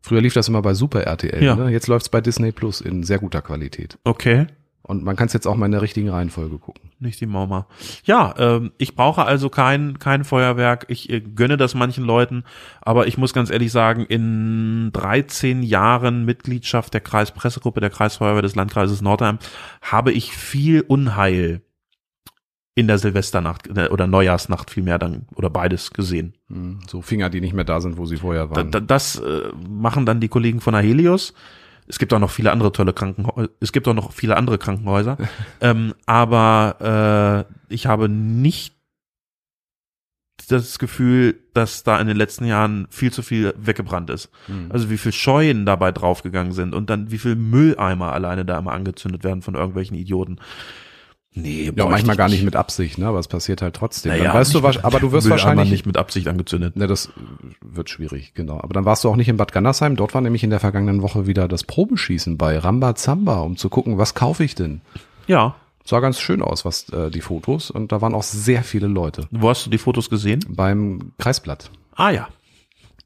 [SPEAKER 2] früher lief das immer bei Super RTL.
[SPEAKER 1] Ja.
[SPEAKER 2] Ne? Jetzt läuft's bei Disney Plus in sehr guter Qualität.
[SPEAKER 1] Okay.
[SPEAKER 2] Und man kann es jetzt auch mal in der richtigen Reihenfolge gucken.
[SPEAKER 1] Nicht die Mauma. Ja, ähm, ich brauche also kein, kein Feuerwerk. Ich äh, gönne das manchen Leuten, aber ich muss ganz ehrlich sagen, in 13 Jahren Mitgliedschaft der Kreispressegruppe der Kreisfeuerwehr des Landkreises Nordheim habe ich viel Unheil in der Silvesternacht äh, oder Neujahrsnacht vielmehr dann oder beides gesehen.
[SPEAKER 2] Hm, So Finger, die nicht mehr da sind, wo sie vorher
[SPEAKER 1] Da,
[SPEAKER 2] waren.
[SPEAKER 1] da, das äh, machen dann die Kollegen von Ahelios. Es gibt auch noch viele andere tolle Krankenhäuser. Es gibt auch noch viele andere
[SPEAKER 2] <laughs>
[SPEAKER 1] Krankenhäuser. ähm, aber äh, ich habe nicht das Gefühl, dass da in den letzten Jahren viel zu viel weggebrannt ist.
[SPEAKER 2] Hm.
[SPEAKER 1] Also wie viel Scheunen dabei draufgegangen sind und dann wie viel Mülleimer alleine da immer angezündet werden von irgendwelchen Idioten. Nee,
[SPEAKER 2] ja,
[SPEAKER 1] bräuchte
[SPEAKER 2] manchmal
[SPEAKER 1] ich
[SPEAKER 2] gar nicht mit Absicht, ne? aber es passiert halt trotzdem. Dann
[SPEAKER 1] Naja,
[SPEAKER 2] weißt du,
[SPEAKER 1] nicht
[SPEAKER 2] was,
[SPEAKER 1] mit-
[SPEAKER 2] aber du wirst
[SPEAKER 1] Mülleimer
[SPEAKER 2] wahrscheinlich
[SPEAKER 1] nicht mit Absicht angezündet.
[SPEAKER 2] Ne, das äh, wird schwierig, genau. Aber dann warst du auch nicht in Bad Gandersheim. Dort war nämlich in der vergangenen Woche wieder das Probeschießen bei Ramba Zamba, um zu gucken, was kaufe ich denn.
[SPEAKER 1] Ja.
[SPEAKER 2] Sah ganz schön aus, was äh, die Fotos. Und da waren auch sehr viele Leute
[SPEAKER 1] Wo hast du die Fotos gesehen?
[SPEAKER 2] beim Kreisblatt.
[SPEAKER 1] Ah ja.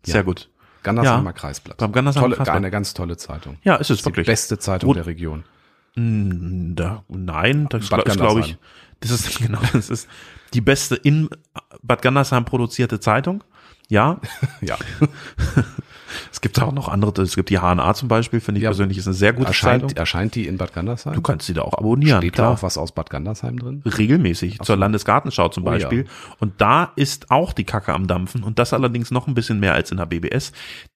[SPEAKER 1] Sehr gut.
[SPEAKER 2] Gandersheimer
[SPEAKER 1] Ja,
[SPEAKER 2] Kreisblatt.
[SPEAKER 1] beim Gandersheimer
[SPEAKER 2] tolle,
[SPEAKER 1] Kreisblatt.
[SPEAKER 2] Eine ganz tolle Zeitung.
[SPEAKER 1] Ja, ist es
[SPEAKER 2] Die
[SPEAKER 1] wirklich.
[SPEAKER 2] beste Zeitung
[SPEAKER 1] Gut.
[SPEAKER 2] der Region.
[SPEAKER 1] Mm, Da, nein, das
[SPEAKER 2] Bad
[SPEAKER 1] glaube glaub ich.
[SPEAKER 2] Gandersheim.
[SPEAKER 1] Das ist <laughs> genau, das ist die beste in Bad Gandersheim produzierte Zeitung.
[SPEAKER 2] <laughs>
[SPEAKER 1] Ja,
[SPEAKER 2] Ja,
[SPEAKER 1] es gibt auch noch andere. Es gibt die HNA zum Beispiel, finde ich
[SPEAKER 2] Ja.
[SPEAKER 1] persönlich ist eine sehr gute
[SPEAKER 2] erscheint,
[SPEAKER 1] Zeitung.
[SPEAKER 2] erscheint die in Bad Gandersheim?
[SPEAKER 1] Du kannst sie da auch abonnieren,
[SPEAKER 2] Steht da
[SPEAKER 1] klar.
[SPEAKER 2] auch was aus Bad Gandersheim drin?
[SPEAKER 1] Regelmäßig zur Landesgartenschau zum
[SPEAKER 2] Oh ja.
[SPEAKER 1] Beispiel. Und da ist auch die Kacke am Dampfen und das allerdings noch ein bisschen mehr als in der BBS.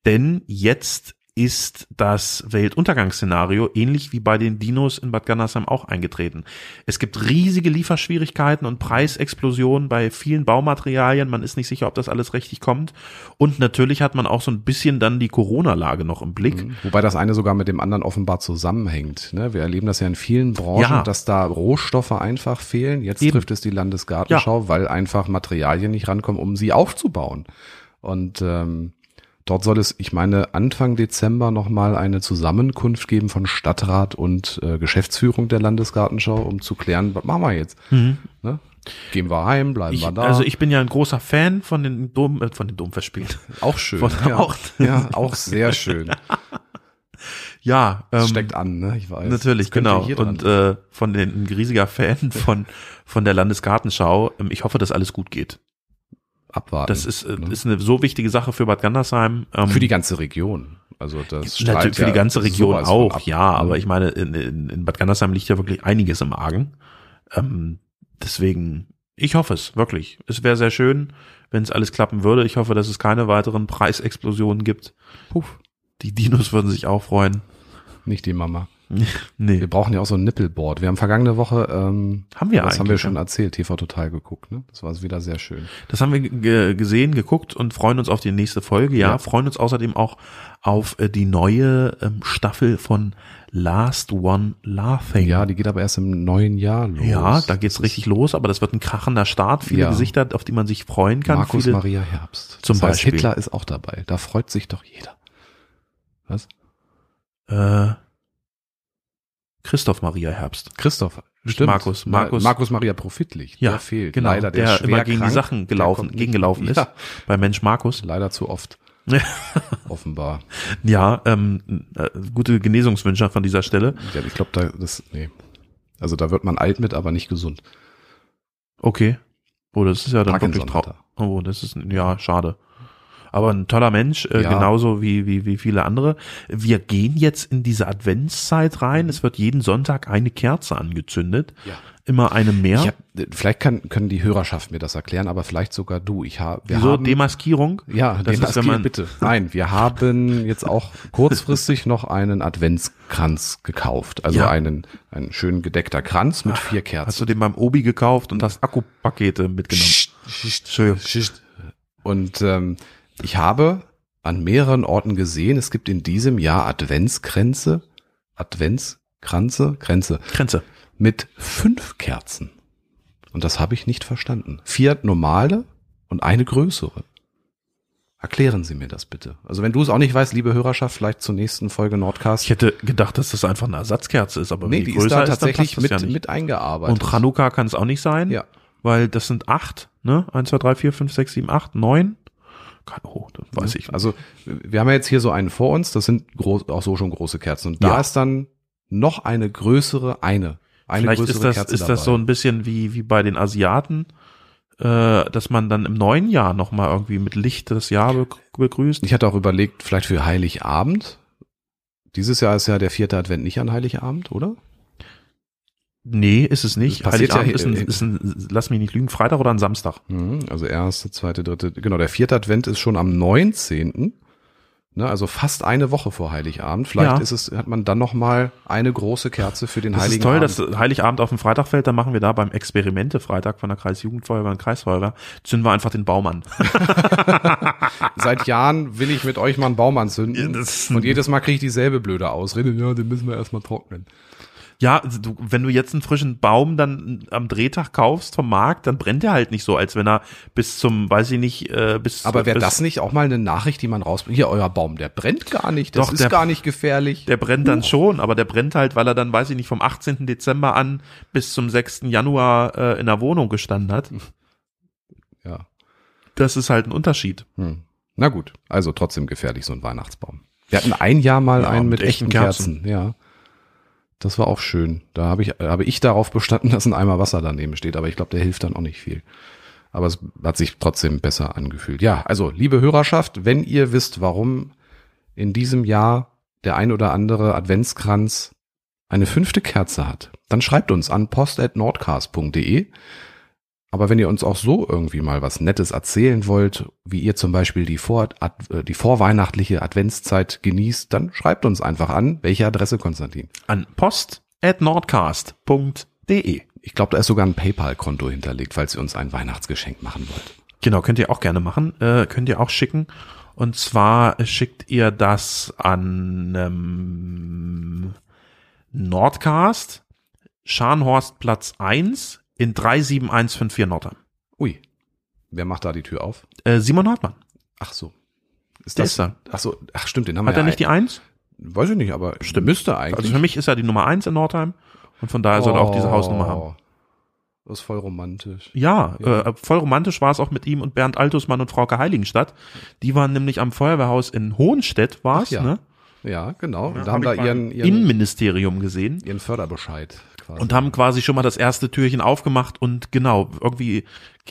[SPEAKER 1] Denn jetzt ist das Weltuntergangsszenario ähnlich wie bei den Dinos in Bad Gandersheim auch eingetreten. Es gibt riesige Lieferschwierigkeiten und Preisexplosionen bei vielen Baumaterialien. Man ist nicht sicher, ob das alles richtig kommt. Und natürlich hat man auch so ein bisschen dann die Corona-Lage noch im Blick.
[SPEAKER 2] Wobei das eine sogar mit dem anderen offenbar zusammenhängt. Ne? Wir erleben das ja in vielen Branchen,
[SPEAKER 1] Ja.
[SPEAKER 2] dass da Rohstoffe einfach fehlen. Jetzt
[SPEAKER 1] Eben.
[SPEAKER 2] trifft es die Landesgartenschau, weil einfach Materialien nicht rankommen, um sie aufzubauen. Und ähm, dort soll es, ich meine, Anfang Dezember nochmal eine Zusammenkunft geben von Stadtrat und äh, Geschäftsführung der Landesgartenschau, um zu klären, was machen wir jetzt? Ne? Gehen wir heim,
[SPEAKER 1] Mhm.
[SPEAKER 2] bleiben
[SPEAKER 1] Ich,
[SPEAKER 2] wir da.
[SPEAKER 1] also ich bin ja ein großer Fan von den Dom, äh, von den
[SPEAKER 2] <laughs>
[SPEAKER 1] Domfestspielen.
[SPEAKER 2] auch schön.
[SPEAKER 1] Von-
[SPEAKER 2] ja,
[SPEAKER 1] auch-
[SPEAKER 2] ja, auch sehr schön.
[SPEAKER 1] Ja, <laughs> ähm,
[SPEAKER 2] Das steckt an, ne? Ich weiß.
[SPEAKER 1] Natürlich,
[SPEAKER 2] Das könnte
[SPEAKER 1] genau.
[SPEAKER 2] hier dran
[SPEAKER 1] Und äh, von den ein riesiger Fan <laughs> von von der Landesgartenschau. Ähm, Ich hoffe, dass alles gut geht.
[SPEAKER 2] abwarten.
[SPEAKER 1] Das ist äh,
[SPEAKER 2] ne?
[SPEAKER 1] ist eine so wichtige Sache für Bad Gandersheim. ähm,
[SPEAKER 2] für die ganze Region. Also das strahlt
[SPEAKER 1] natürlich für
[SPEAKER 2] ja
[SPEAKER 1] die ganze Region
[SPEAKER 2] sowas von
[SPEAKER 1] auch.
[SPEAKER 2] ab,
[SPEAKER 1] ja,
[SPEAKER 2] ne?
[SPEAKER 1] aber ich meine, in, in, in Bad Gandersheim liegt ja wirklich einiges im Argen. Ähm, deswegen, ich hoffe es wirklich. Es wäre sehr schön, wenn es alles klappen würde. Ich hoffe, dass es keine weiteren Preisexplosionen gibt.
[SPEAKER 2] Puff,
[SPEAKER 1] Die Dinos würden sich auch freuen.
[SPEAKER 2] nicht die Mama.
[SPEAKER 1] Nee,
[SPEAKER 2] Wir brauchen ja auch so ein Nippelboard. Wir haben vergangene Woche, ähm,
[SPEAKER 1] Haben wir
[SPEAKER 2] das haben wir
[SPEAKER 1] eigentlich,
[SPEAKER 2] schon
[SPEAKER 1] ja.
[SPEAKER 2] erzählt, TV Total geguckt. Ne? Das war wieder sehr schön.
[SPEAKER 1] das haben wir ge- gesehen, geguckt und freuen uns auf die nächste Folge. Ja,
[SPEAKER 2] Ja.
[SPEAKER 1] freuen uns außerdem auch auf äh, die neue ähm, Staffel von Last One Laughing.
[SPEAKER 2] Ja, die geht aber erst im neuen Jahr los.
[SPEAKER 1] Ja, da geht's richtig los, aber das wird ein krachender Start. Viele
[SPEAKER 2] Ja.
[SPEAKER 1] Gesichter, auf die man sich freuen kann.
[SPEAKER 2] Markus
[SPEAKER 1] viele,
[SPEAKER 2] Maria Herbst.
[SPEAKER 1] Zum
[SPEAKER 2] das heißt,
[SPEAKER 1] Beispiel.
[SPEAKER 2] Hitler ist auch dabei. Da freut sich doch jeder. Was?
[SPEAKER 1] Äh, Christoph Maria Herbst.
[SPEAKER 2] Christoph. Stimmt.
[SPEAKER 1] Markus,
[SPEAKER 2] Ma-
[SPEAKER 1] Markus-
[SPEAKER 2] Markus Maria Profitlich.
[SPEAKER 1] Ja,
[SPEAKER 2] der fehlt
[SPEAKER 1] genau,
[SPEAKER 2] leider. Der,
[SPEAKER 1] der
[SPEAKER 2] ist
[SPEAKER 1] immer
[SPEAKER 2] schwer
[SPEAKER 1] gegen die
[SPEAKER 2] krank.
[SPEAKER 1] Sachen
[SPEAKER 2] Der
[SPEAKER 1] gelaufen-
[SPEAKER 2] kommt nicht-
[SPEAKER 1] gegengelaufen ist.
[SPEAKER 2] Ja,
[SPEAKER 1] Bei Mensch Markus.
[SPEAKER 2] leider
[SPEAKER 1] <laughs>
[SPEAKER 2] zu oft. Offenbar.
[SPEAKER 1] Ja, ähm, äh, gute Genesungswünsche von dieser Stelle.
[SPEAKER 2] Ja, ich glaube, da das nee. Also da wird man alt mit, aber nicht gesund.
[SPEAKER 1] Okay. Oh, das ist ja dann
[SPEAKER 2] Parkinson
[SPEAKER 1] wirklich traurig.
[SPEAKER 2] hat
[SPEAKER 1] Oh, das ist, ja, schade. Aber ein toller Mensch, äh,
[SPEAKER 2] Ja.
[SPEAKER 1] genauso wie, wie, wie viele andere. Wir gehen jetzt in diese Adventszeit rein. Es wird jeden Sonntag eine Kerze angezündet.
[SPEAKER 2] Mhm. Ja.
[SPEAKER 1] Immer eine mehr.
[SPEAKER 2] Ich hab, äh, vielleicht kann, können die Hörerschaft mir das erklären, aber vielleicht sogar du. Ich hab, wir
[SPEAKER 1] Wieso?
[SPEAKER 2] haben
[SPEAKER 1] Demaskierung? das
[SPEAKER 2] ja,
[SPEAKER 1] ist, wenn
[SPEAKER 2] demaskieren,
[SPEAKER 1] man,
[SPEAKER 2] bitte. Nein, wir haben
[SPEAKER 1] <laughs>
[SPEAKER 2] jetzt auch kurzfristig noch einen Adventskranz gekauft. Also
[SPEAKER 1] Ja.
[SPEAKER 2] einen, einen schön gedeckter Kranz mit vier
[SPEAKER 1] Hast
[SPEAKER 2] Kerzen.
[SPEAKER 1] du den beim Obi gekauft und hast Akkupakete mitgenommen?
[SPEAKER 2] Psst,
[SPEAKER 1] Entschuldigung.
[SPEAKER 2] Und ähm, ich habe an mehreren Orten gesehen, es gibt in diesem Jahr Adventskränze, Adventskranze, Kränze
[SPEAKER 1] Grenze.
[SPEAKER 2] mit fünf Kerzen. Und das habe ich nicht verstanden. Vier normale und eine größere. Erklären Sie mir das bitte. Also wenn du es auch nicht weißt, liebe Hörerschaft, vielleicht zur nächsten Folge Nordcast.
[SPEAKER 1] Ich hätte gedacht, dass das einfach eine Ersatzkerze ist, aber
[SPEAKER 2] nee,
[SPEAKER 1] wenn
[SPEAKER 2] die ist da
[SPEAKER 1] dann
[SPEAKER 2] tatsächlich
[SPEAKER 1] passt
[SPEAKER 2] mit,
[SPEAKER 1] das ja nicht.
[SPEAKER 2] mit eingearbeitet.
[SPEAKER 1] Und Hanukkah kann es auch nicht sein,
[SPEAKER 2] Ja.
[SPEAKER 1] weil das sind acht, ne? Eins, zwei, drei, vier, fünf, sechs, sieben, acht, neun. Kann, oh, das weiß ich.
[SPEAKER 2] Also wir haben ja jetzt hier so einen vor uns, das sind groß, auch so schon große Kerzen. Und da
[SPEAKER 1] Ja.
[SPEAKER 2] ist dann noch eine größere, eine. Eine
[SPEAKER 1] Vielleicht
[SPEAKER 2] größere
[SPEAKER 1] ist das,
[SPEAKER 2] Kerze
[SPEAKER 1] ist das so ein bisschen wie, wie bei den Asiaten, äh, dass man dann im neuen Jahr nochmal irgendwie mit Licht das Jahr be begrüßt.
[SPEAKER 2] Ich hatte auch überlegt, vielleicht für Heiligabend. Dieses Jahr ist ja der vierte Advent nicht an Heiligabend, oder?
[SPEAKER 1] Nee, ist es nicht.
[SPEAKER 2] Das passiert ja
[SPEAKER 1] Heiligabend
[SPEAKER 2] hier-
[SPEAKER 1] ist, ein, ist ein, lass mich nicht lügen, Freitag oder ein Samstag.
[SPEAKER 2] Mhm, Also erste, zweite, dritte, genau, der vierte Advent ist schon am 19. Ne, also fast eine Woche vor Heiligabend. Vielleicht
[SPEAKER 1] Ja.
[SPEAKER 2] ist es, hat man dann noch mal eine große Kerze für den
[SPEAKER 1] Das
[SPEAKER 2] Heiligen
[SPEAKER 1] ist toll,
[SPEAKER 2] Abend.
[SPEAKER 1] dass Heiligabend auf den Freitag fällt, dann machen wir da beim Experimente Freitag von der Kreisjugendfeuerwehr und Kreisfeuerwehr, zünden wir einfach den Baum an.
[SPEAKER 2] Ah, Seit Jahren will ich mit euch mal einen Baum anzünden.
[SPEAKER 1] Ja, das-
[SPEAKER 2] und jedes Mal kriege ich dieselbe blöde Ausrede. Ja, den müssen wir erstmal trocknen.
[SPEAKER 1] Ja, also du, wenn du jetzt einen frischen Baum dann äh, am Drehtag kaufst vom Markt, dann brennt er halt nicht so, als wenn er bis zum, weiß ich nicht, äh, bis.
[SPEAKER 2] Aber wäre
[SPEAKER 1] bis,
[SPEAKER 2] das nicht auch mal eine Nachricht, die man rausbringt? Hier, euer Baum, der brennt gar nicht. Das
[SPEAKER 1] Doch,
[SPEAKER 2] ist
[SPEAKER 1] der-
[SPEAKER 2] gar nicht gefährlich.
[SPEAKER 1] Der brennt dann schon, aber der brennt halt, weil er dann, weiß ich nicht, vom 18. Dezember an bis zum 6. Januar äh, in der Wohnung gestanden
[SPEAKER 2] <laughs>
[SPEAKER 1] hat.
[SPEAKER 2] ja.
[SPEAKER 1] Das ist halt ein Unterschied.
[SPEAKER 2] Hm. Na gut, also trotzdem gefährlich, so ein Weihnachtsbaum. Wir hatten ein Jahr mal
[SPEAKER 1] Ja,
[SPEAKER 2] einen mit,
[SPEAKER 1] mit
[SPEAKER 2] echten
[SPEAKER 1] echten
[SPEAKER 2] Kerzen. Ja. Das war auch schön. Da habe ich, habe ich darauf bestanden, <laughs> dass ein Eimer Wasser daneben steht, aber ich glaube, der hilft dann auch nicht viel. Aber es hat sich trotzdem besser angefühlt. Ja, also, liebe Hörerschaft, wenn ihr wisst, warum in diesem Jahr der ein oder andere Adventskranz eine fünfte Kerze hat, dann schreibt uns an post.nordcast.de. Aber wenn ihr uns auch so irgendwie mal was Nettes erzählen wollt, wie ihr zum Beispiel die, Vor Ad äh, die vorweihnachtliche Adventszeit genießt, dann schreibt uns einfach an. Welche Adresse, Konstantin?
[SPEAKER 1] An post.nordcast.de.
[SPEAKER 2] E. Ich glaube, da ist sogar ein PayPal-Konto hinterlegt, falls ihr uns ein Weihnachtsgeschenk machen wollt.
[SPEAKER 1] Genau, könnt ihr auch gerne machen. Äh, könnt ihr auch schicken. Und zwar äh, schickt ihr das an ähm, Nordcast, Scharnhorst Platz 1 in 37154 Nordheim.
[SPEAKER 2] Ui, wer macht da die Tür auf?
[SPEAKER 1] Äh, Simon Hartmann.
[SPEAKER 2] Ach so. Ist
[SPEAKER 1] Der
[SPEAKER 2] das?
[SPEAKER 1] ist da.
[SPEAKER 2] Ach so, ach stimmt, den haben
[SPEAKER 1] Hat
[SPEAKER 2] wir
[SPEAKER 1] er nicht die Also 1?
[SPEAKER 2] die Weiß ich nicht, aber stimmt. müsste eigentlich. Oh.
[SPEAKER 1] Also für mich ist er die Nummer 1 in Nordheim. Und von daher soll er auch diese Hausnummer haben.
[SPEAKER 2] Das ist voll romantisch.
[SPEAKER 1] Ja, Äh, voll romantisch war es auch mit ihm und Bernd Altusmann und Frauke Heiligenstadt. Die waren nämlich am Feuerwehrhaus in Hohenstedt, war es,
[SPEAKER 2] Ach ja.
[SPEAKER 1] ne?
[SPEAKER 2] Ja, genau.
[SPEAKER 1] Ja,
[SPEAKER 2] da haben
[SPEAKER 1] hab
[SPEAKER 2] da
[SPEAKER 1] ich beim
[SPEAKER 2] ihren, ihren,
[SPEAKER 1] Innenministerium gesehen
[SPEAKER 2] ihren Förderbescheid quasi.
[SPEAKER 1] und haben quasi schon mal das erste Türchen aufgemacht und genau, irgendwie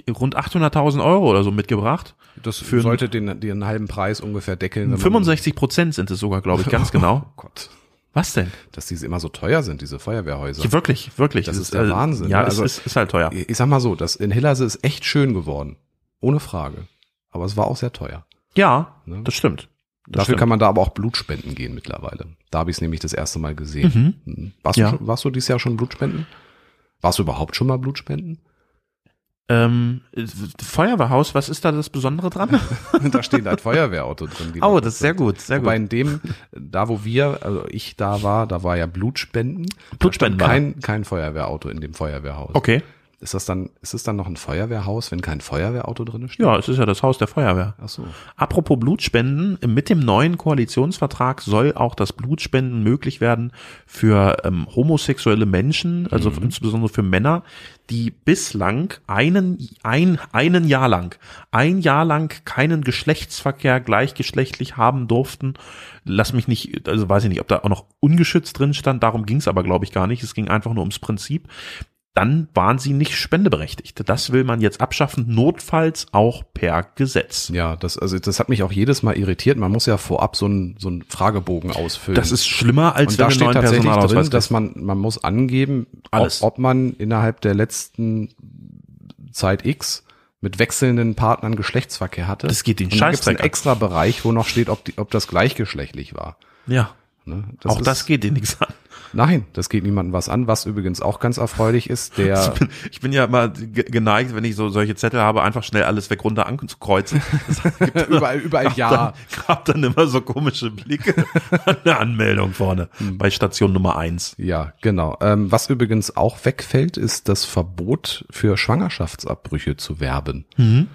[SPEAKER 1] rund 800.000 Euro oder so mitgebracht.
[SPEAKER 2] das
[SPEAKER 1] für-
[SPEAKER 2] sollte den, den halben Preis ungefähr
[SPEAKER 1] genau.
[SPEAKER 2] deckeln. wenn man-
[SPEAKER 1] 65 Prozent sind es sogar, glaube ich, <laughs> ganz genau.
[SPEAKER 2] Oh Gott.
[SPEAKER 1] Was denn?
[SPEAKER 2] Dass diese immer so teuer sind, diese Feuerwehrhäuser.
[SPEAKER 1] Ja, wirklich, wirklich.
[SPEAKER 2] Das
[SPEAKER 1] Es
[SPEAKER 2] ist der
[SPEAKER 1] äh,
[SPEAKER 2] Wahnsinn,
[SPEAKER 1] Ja,
[SPEAKER 2] ne?
[SPEAKER 1] also,
[SPEAKER 2] Also-
[SPEAKER 1] es ist, ist halt teuer.
[SPEAKER 2] Ich sag mal so, das in Hillase ist echt schön geworden. Ohne Frage. Aber es war auch sehr teuer.
[SPEAKER 1] Ja,
[SPEAKER 2] Ne?
[SPEAKER 1] das stimmt. Das
[SPEAKER 2] Dafür
[SPEAKER 1] stimmt.
[SPEAKER 2] kann man da aber auch Blutspenden gehen mittlerweile. Da habe ich es nämlich das erste Mal gesehen. Mhm. Warst,
[SPEAKER 1] Ja.
[SPEAKER 2] du schon, warst du dieses Jahr schon Blutspenden? Warst du überhaupt schon
[SPEAKER 1] <laughs>
[SPEAKER 2] mal Blutspenden?
[SPEAKER 1] Ähm, äh, Feuerwehrhaus, was ist da das Besondere dran?
[SPEAKER 2] da steht ein Feuerwehrauto drin.
[SPEAKER 1] <laughs>
[SPEAKER 2] die
[SPEAKER 1] oh,
[SPEAKER 2] da
[SPEAKER 1] das ist sehr gut, sehr
[SPEAKER 2] Wobei
[SPEAKER 1] gut.
[SPEAKER 2] in dem, da wo wir, also ich da war, da war ja Blutspenden.
[SPEAKER 1] Blutspenden
[SPEAKER 2] Da stand
[SPEAKER 1] war
[SPEAKER 2] kein, kein Feuerwehrauto in dem Feuerwehrhaus.
[SPEAKER 1] Okay.
[SPEAKER 2] Ist das dann, ist es dann noch ein Feuerwehrhaus, wenn kein Feuerwehrauto drin steht?
[SPEAKER 1] Ja, es ist ja das Haus der Feuerwehr.
[SPEAKER 2] Ach so.
[SPEAKER 1] Apropos Blutspenden, mit dem neuen Koalitionsvertrag soll auch das Blutspenden möglich werden für ähm, homosexuelle Menschen, also insbesondere für Männer, die bislang einen, ein, einen Jahr lang, ein Jahr lang keinen Geschlechtsverkehr gleichgeschlechtlich haben durften. Lass mich nicht, also weiß ich nicht, ob da auch noch ungeschützt drin stand, darum ging es aber, glaube ich, gar nicht. Es ging einfach nur ums Prinzip dann waren sie nicht spendeberechtigt. Das will man jetzt abschaffen, notfalls auch per Gesetz.
[SPEAKER 2] Ja, das, also das hat mich auch jedes Mal irritiert. Man muss ja vorab so einen, so einen Fragebogen ausfüllen.
[SPEAKER 1] Das ist schlimmer als
[SPEAKER 2] und da
[SPEAKER 1] wenn du
[SPEAKER 2] steht
[SPEAKER 1] einen neuen
[SPEAKER 2] tatsächlich
[SPEAKER 1] Personalausweis
[SPEAKER 2] drin, dass man, man muss angeben, ob,
[SPEAKER 1] Alles.
[SPEAKER 2] ob man innerhalb der letzten Zeit X mit wechselnden Partnern Geschlechtsverkehr hatte.
[SPEAKER 1] Das geht den
[SPEAKER 2] Und dann gibt's einen
[SPEAKER 1] Scheißdreck an.
[SPEAKER 2] extra Bereich, wo noch steht, ob, die, ob das gleichgeschlechtlich war.
[SPEAKER 1] kriegst. Ja,
[SPEAKER 2] Ne?
[SPEAKER 1] auch das geht dir nichts an.
[SPEAKER 2] Nein, das geht niemandem was an, was übrigens auch ganz erfreulich
[SPEAKER 1] <laughs>
[SPEAKER 2] ist, <laughs> der
[SPEAKER 1] <laughs> Ich bin ja immer ge- geneigt, wenn ich so solche Zettel habe, einfach schnell alles weg runter <laughs> anzukreuzen. Das gibt immer-
[SPEAKER 2] überall, überall ja.
[SPEAKER 1] Dann, gab dann immer so komische Blicke <laughs> an der Anmeldung vorne bei Station Nummer eins.
[SPEAKER 2] Ja, genau. Ähm, was übrigens auch wegfällt, ist das Verbot für Schwangerschaftsabbrüche zu werben.
[SPEAKER 1] Hm.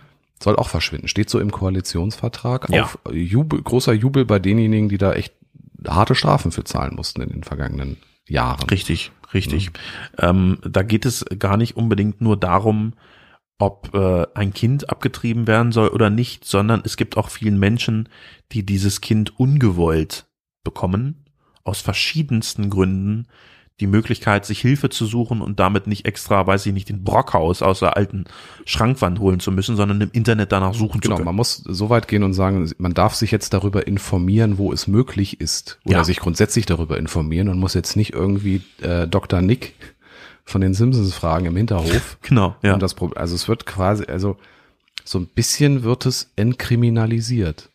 [SPEAKER 2] Soll auch verschwinden. Steht so im Koalitionsvertrag.
[SPEAKER 1] Ja.
[SPEAKER 2] Auf Jubel, großer Jubel bei denjenigen, die da echt harte Strafen für zahlen mussten in den vergangenen Jahren.
[SPEAKER 1] Richtig, richtig.
[SPEAKER 2] Mhm.
[SPEAKER 1] Ähm, da geht es gar nicht unbedingt nur darum, ob äh, ein Kind abgetrieben werden soll oder nicht, sondern es gibt auch vielen Menschen, die dieses Kind ungewollt bekommen, aus verschiedensten Gründen, die Möglichkeit, sich Hilfe zu suchen und damit nicht extra, weiß ich nicht, den Brockhaus aus der alten Schrankwand holen zu müssen, sondern im Internet danach suchen
[SPEAKER 2] Genau,
[SPEAKER 1] zu können.
[SPEAKER 2] man muss so weit gehen und sagen, man darf sich jetzt darüber informieren, wo es möglich ist. Oder
[SPEAKER 1] Ja.
[SPEAKER 2] sich grundsätzlich darüber informieren und muss jetzt nicht irgendwie äh, Dr. Nick von den Simpsons fragen im Hinterhof.
[SPEAKER 1] Genau,
[SPEAKER 2] Ja.
[SPEAKER 1] ja.
[SPEAKER 2] Und das Problem, also es wird quasi, also so ein bisschen wird es entkriminalisiert.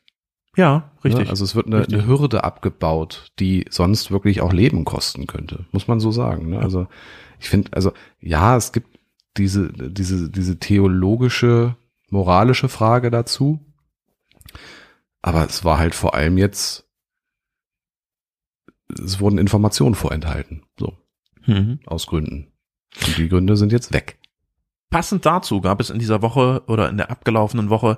[SPEAKER 1] ja, richtig.
[SPEAKER 2] Ne? Also es wird eine,
[SPEAKER 1] Richtig.
[SPEAKER 2] eine Hürde abgebaut, die sonst wirklich auch Leben kosten könnte, muss man so sagen. Ne? Also ich finde, also ja, es gibt diese, diese, diese theologische, moralische Frage dazu. Aber es war halt vor allem jetzt, es wurden Informationen vorenthalten. So,
[SPEAKER 1] mhm.
[SPEAKER 2] aus Gründen. Und die Gründe sind jetzt weg.
[SPEAKER 1] Passend dazu gab es in dieser Woche oder in der abgelaufenen Woche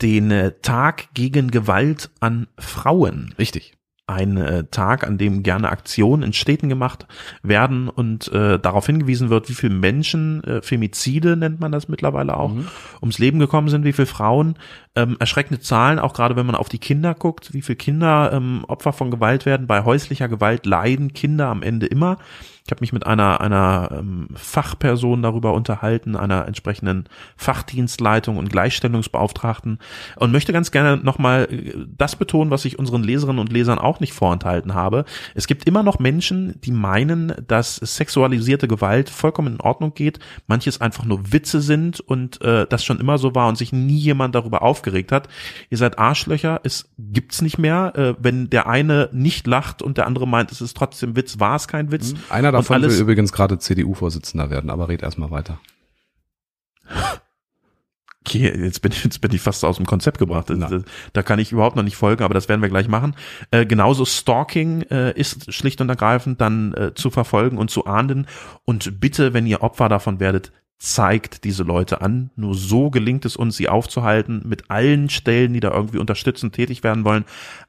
[SPEAKER 1] den äh, Tag gegen Gewalt an Frauen.
[SPEAKER 2] Richtig.
[SPEAKER 1] Ein äh, Tag, an dem gerne Aktionen in Städten gemacht werden und äh, darauf hingewiesen wird, wie viele Menschen, äh, Femizide nennt man das mittlerweile auch,
[SPEAKER 2] Mhm.
[SPEAKER 1] ums Leben gekommen sind, wie viele Frauen. Ähm, erschreckende Zahlen, auch gerade wenn man auf die Kinder guckt, wie viele Kinder ähm, Opfer von Gewalt werden. Bei häuslicher Gewalt leiden Kinder am Ende immer. Ich habe mich mit einer, einer ähm, Fachperson darüber unterhalten, einer entsprechenden Fachdienstleitung und Gleichstellungsbeauftragten und möchte ganz gerne nochmal äh, das betonen, was ich unseren Leserinnen und Lesern auch nicht vorenthalten habe. Es gibt immer noch Menschen, die meinen, dass sexualisierte Gewalt vollkommen in Ordnung geht, manches einfach nur Witze sind und äh, das schon immer so war und sich nie jemand darüber aufgeregt hat. Ihr seid Arschlöcher, es gibt's nicht mehr. Äh, wenn der eine nicht lacht und der andere meint, es ist trotzdem Witz, war es kein Witz.
[SPEAKER 2] Einer
[SPEAKER 1] Und
[SPEAKER 2] davon
[SPEAKER 1] alles-
[SPEAKER 2] will übrigens gerade CDU-Vorsitzender werden, aber red erstmal weiter.
[SPEAKER 1] Okay, jetzt bin, jetzt bin ich fast aus dem Konzept gebracht.
[SPEAKER 2] Na.
[SPEAKER 1] Da, da kann ich überhaupt noch nicht folgen, aber das werden wir gleich machen. Äh, genauso Stalking äh, ist schlicht und ergreifend dann äh, zu verfolgen und zu ahnden. Und bitte, wenn ihr Opfer davon werdet, zeigt diese Leute an. Nur so gelingt es uns, sie aufzuhalten mit allen Stellen, die da irgendwie unterstützend tätig werden wollen.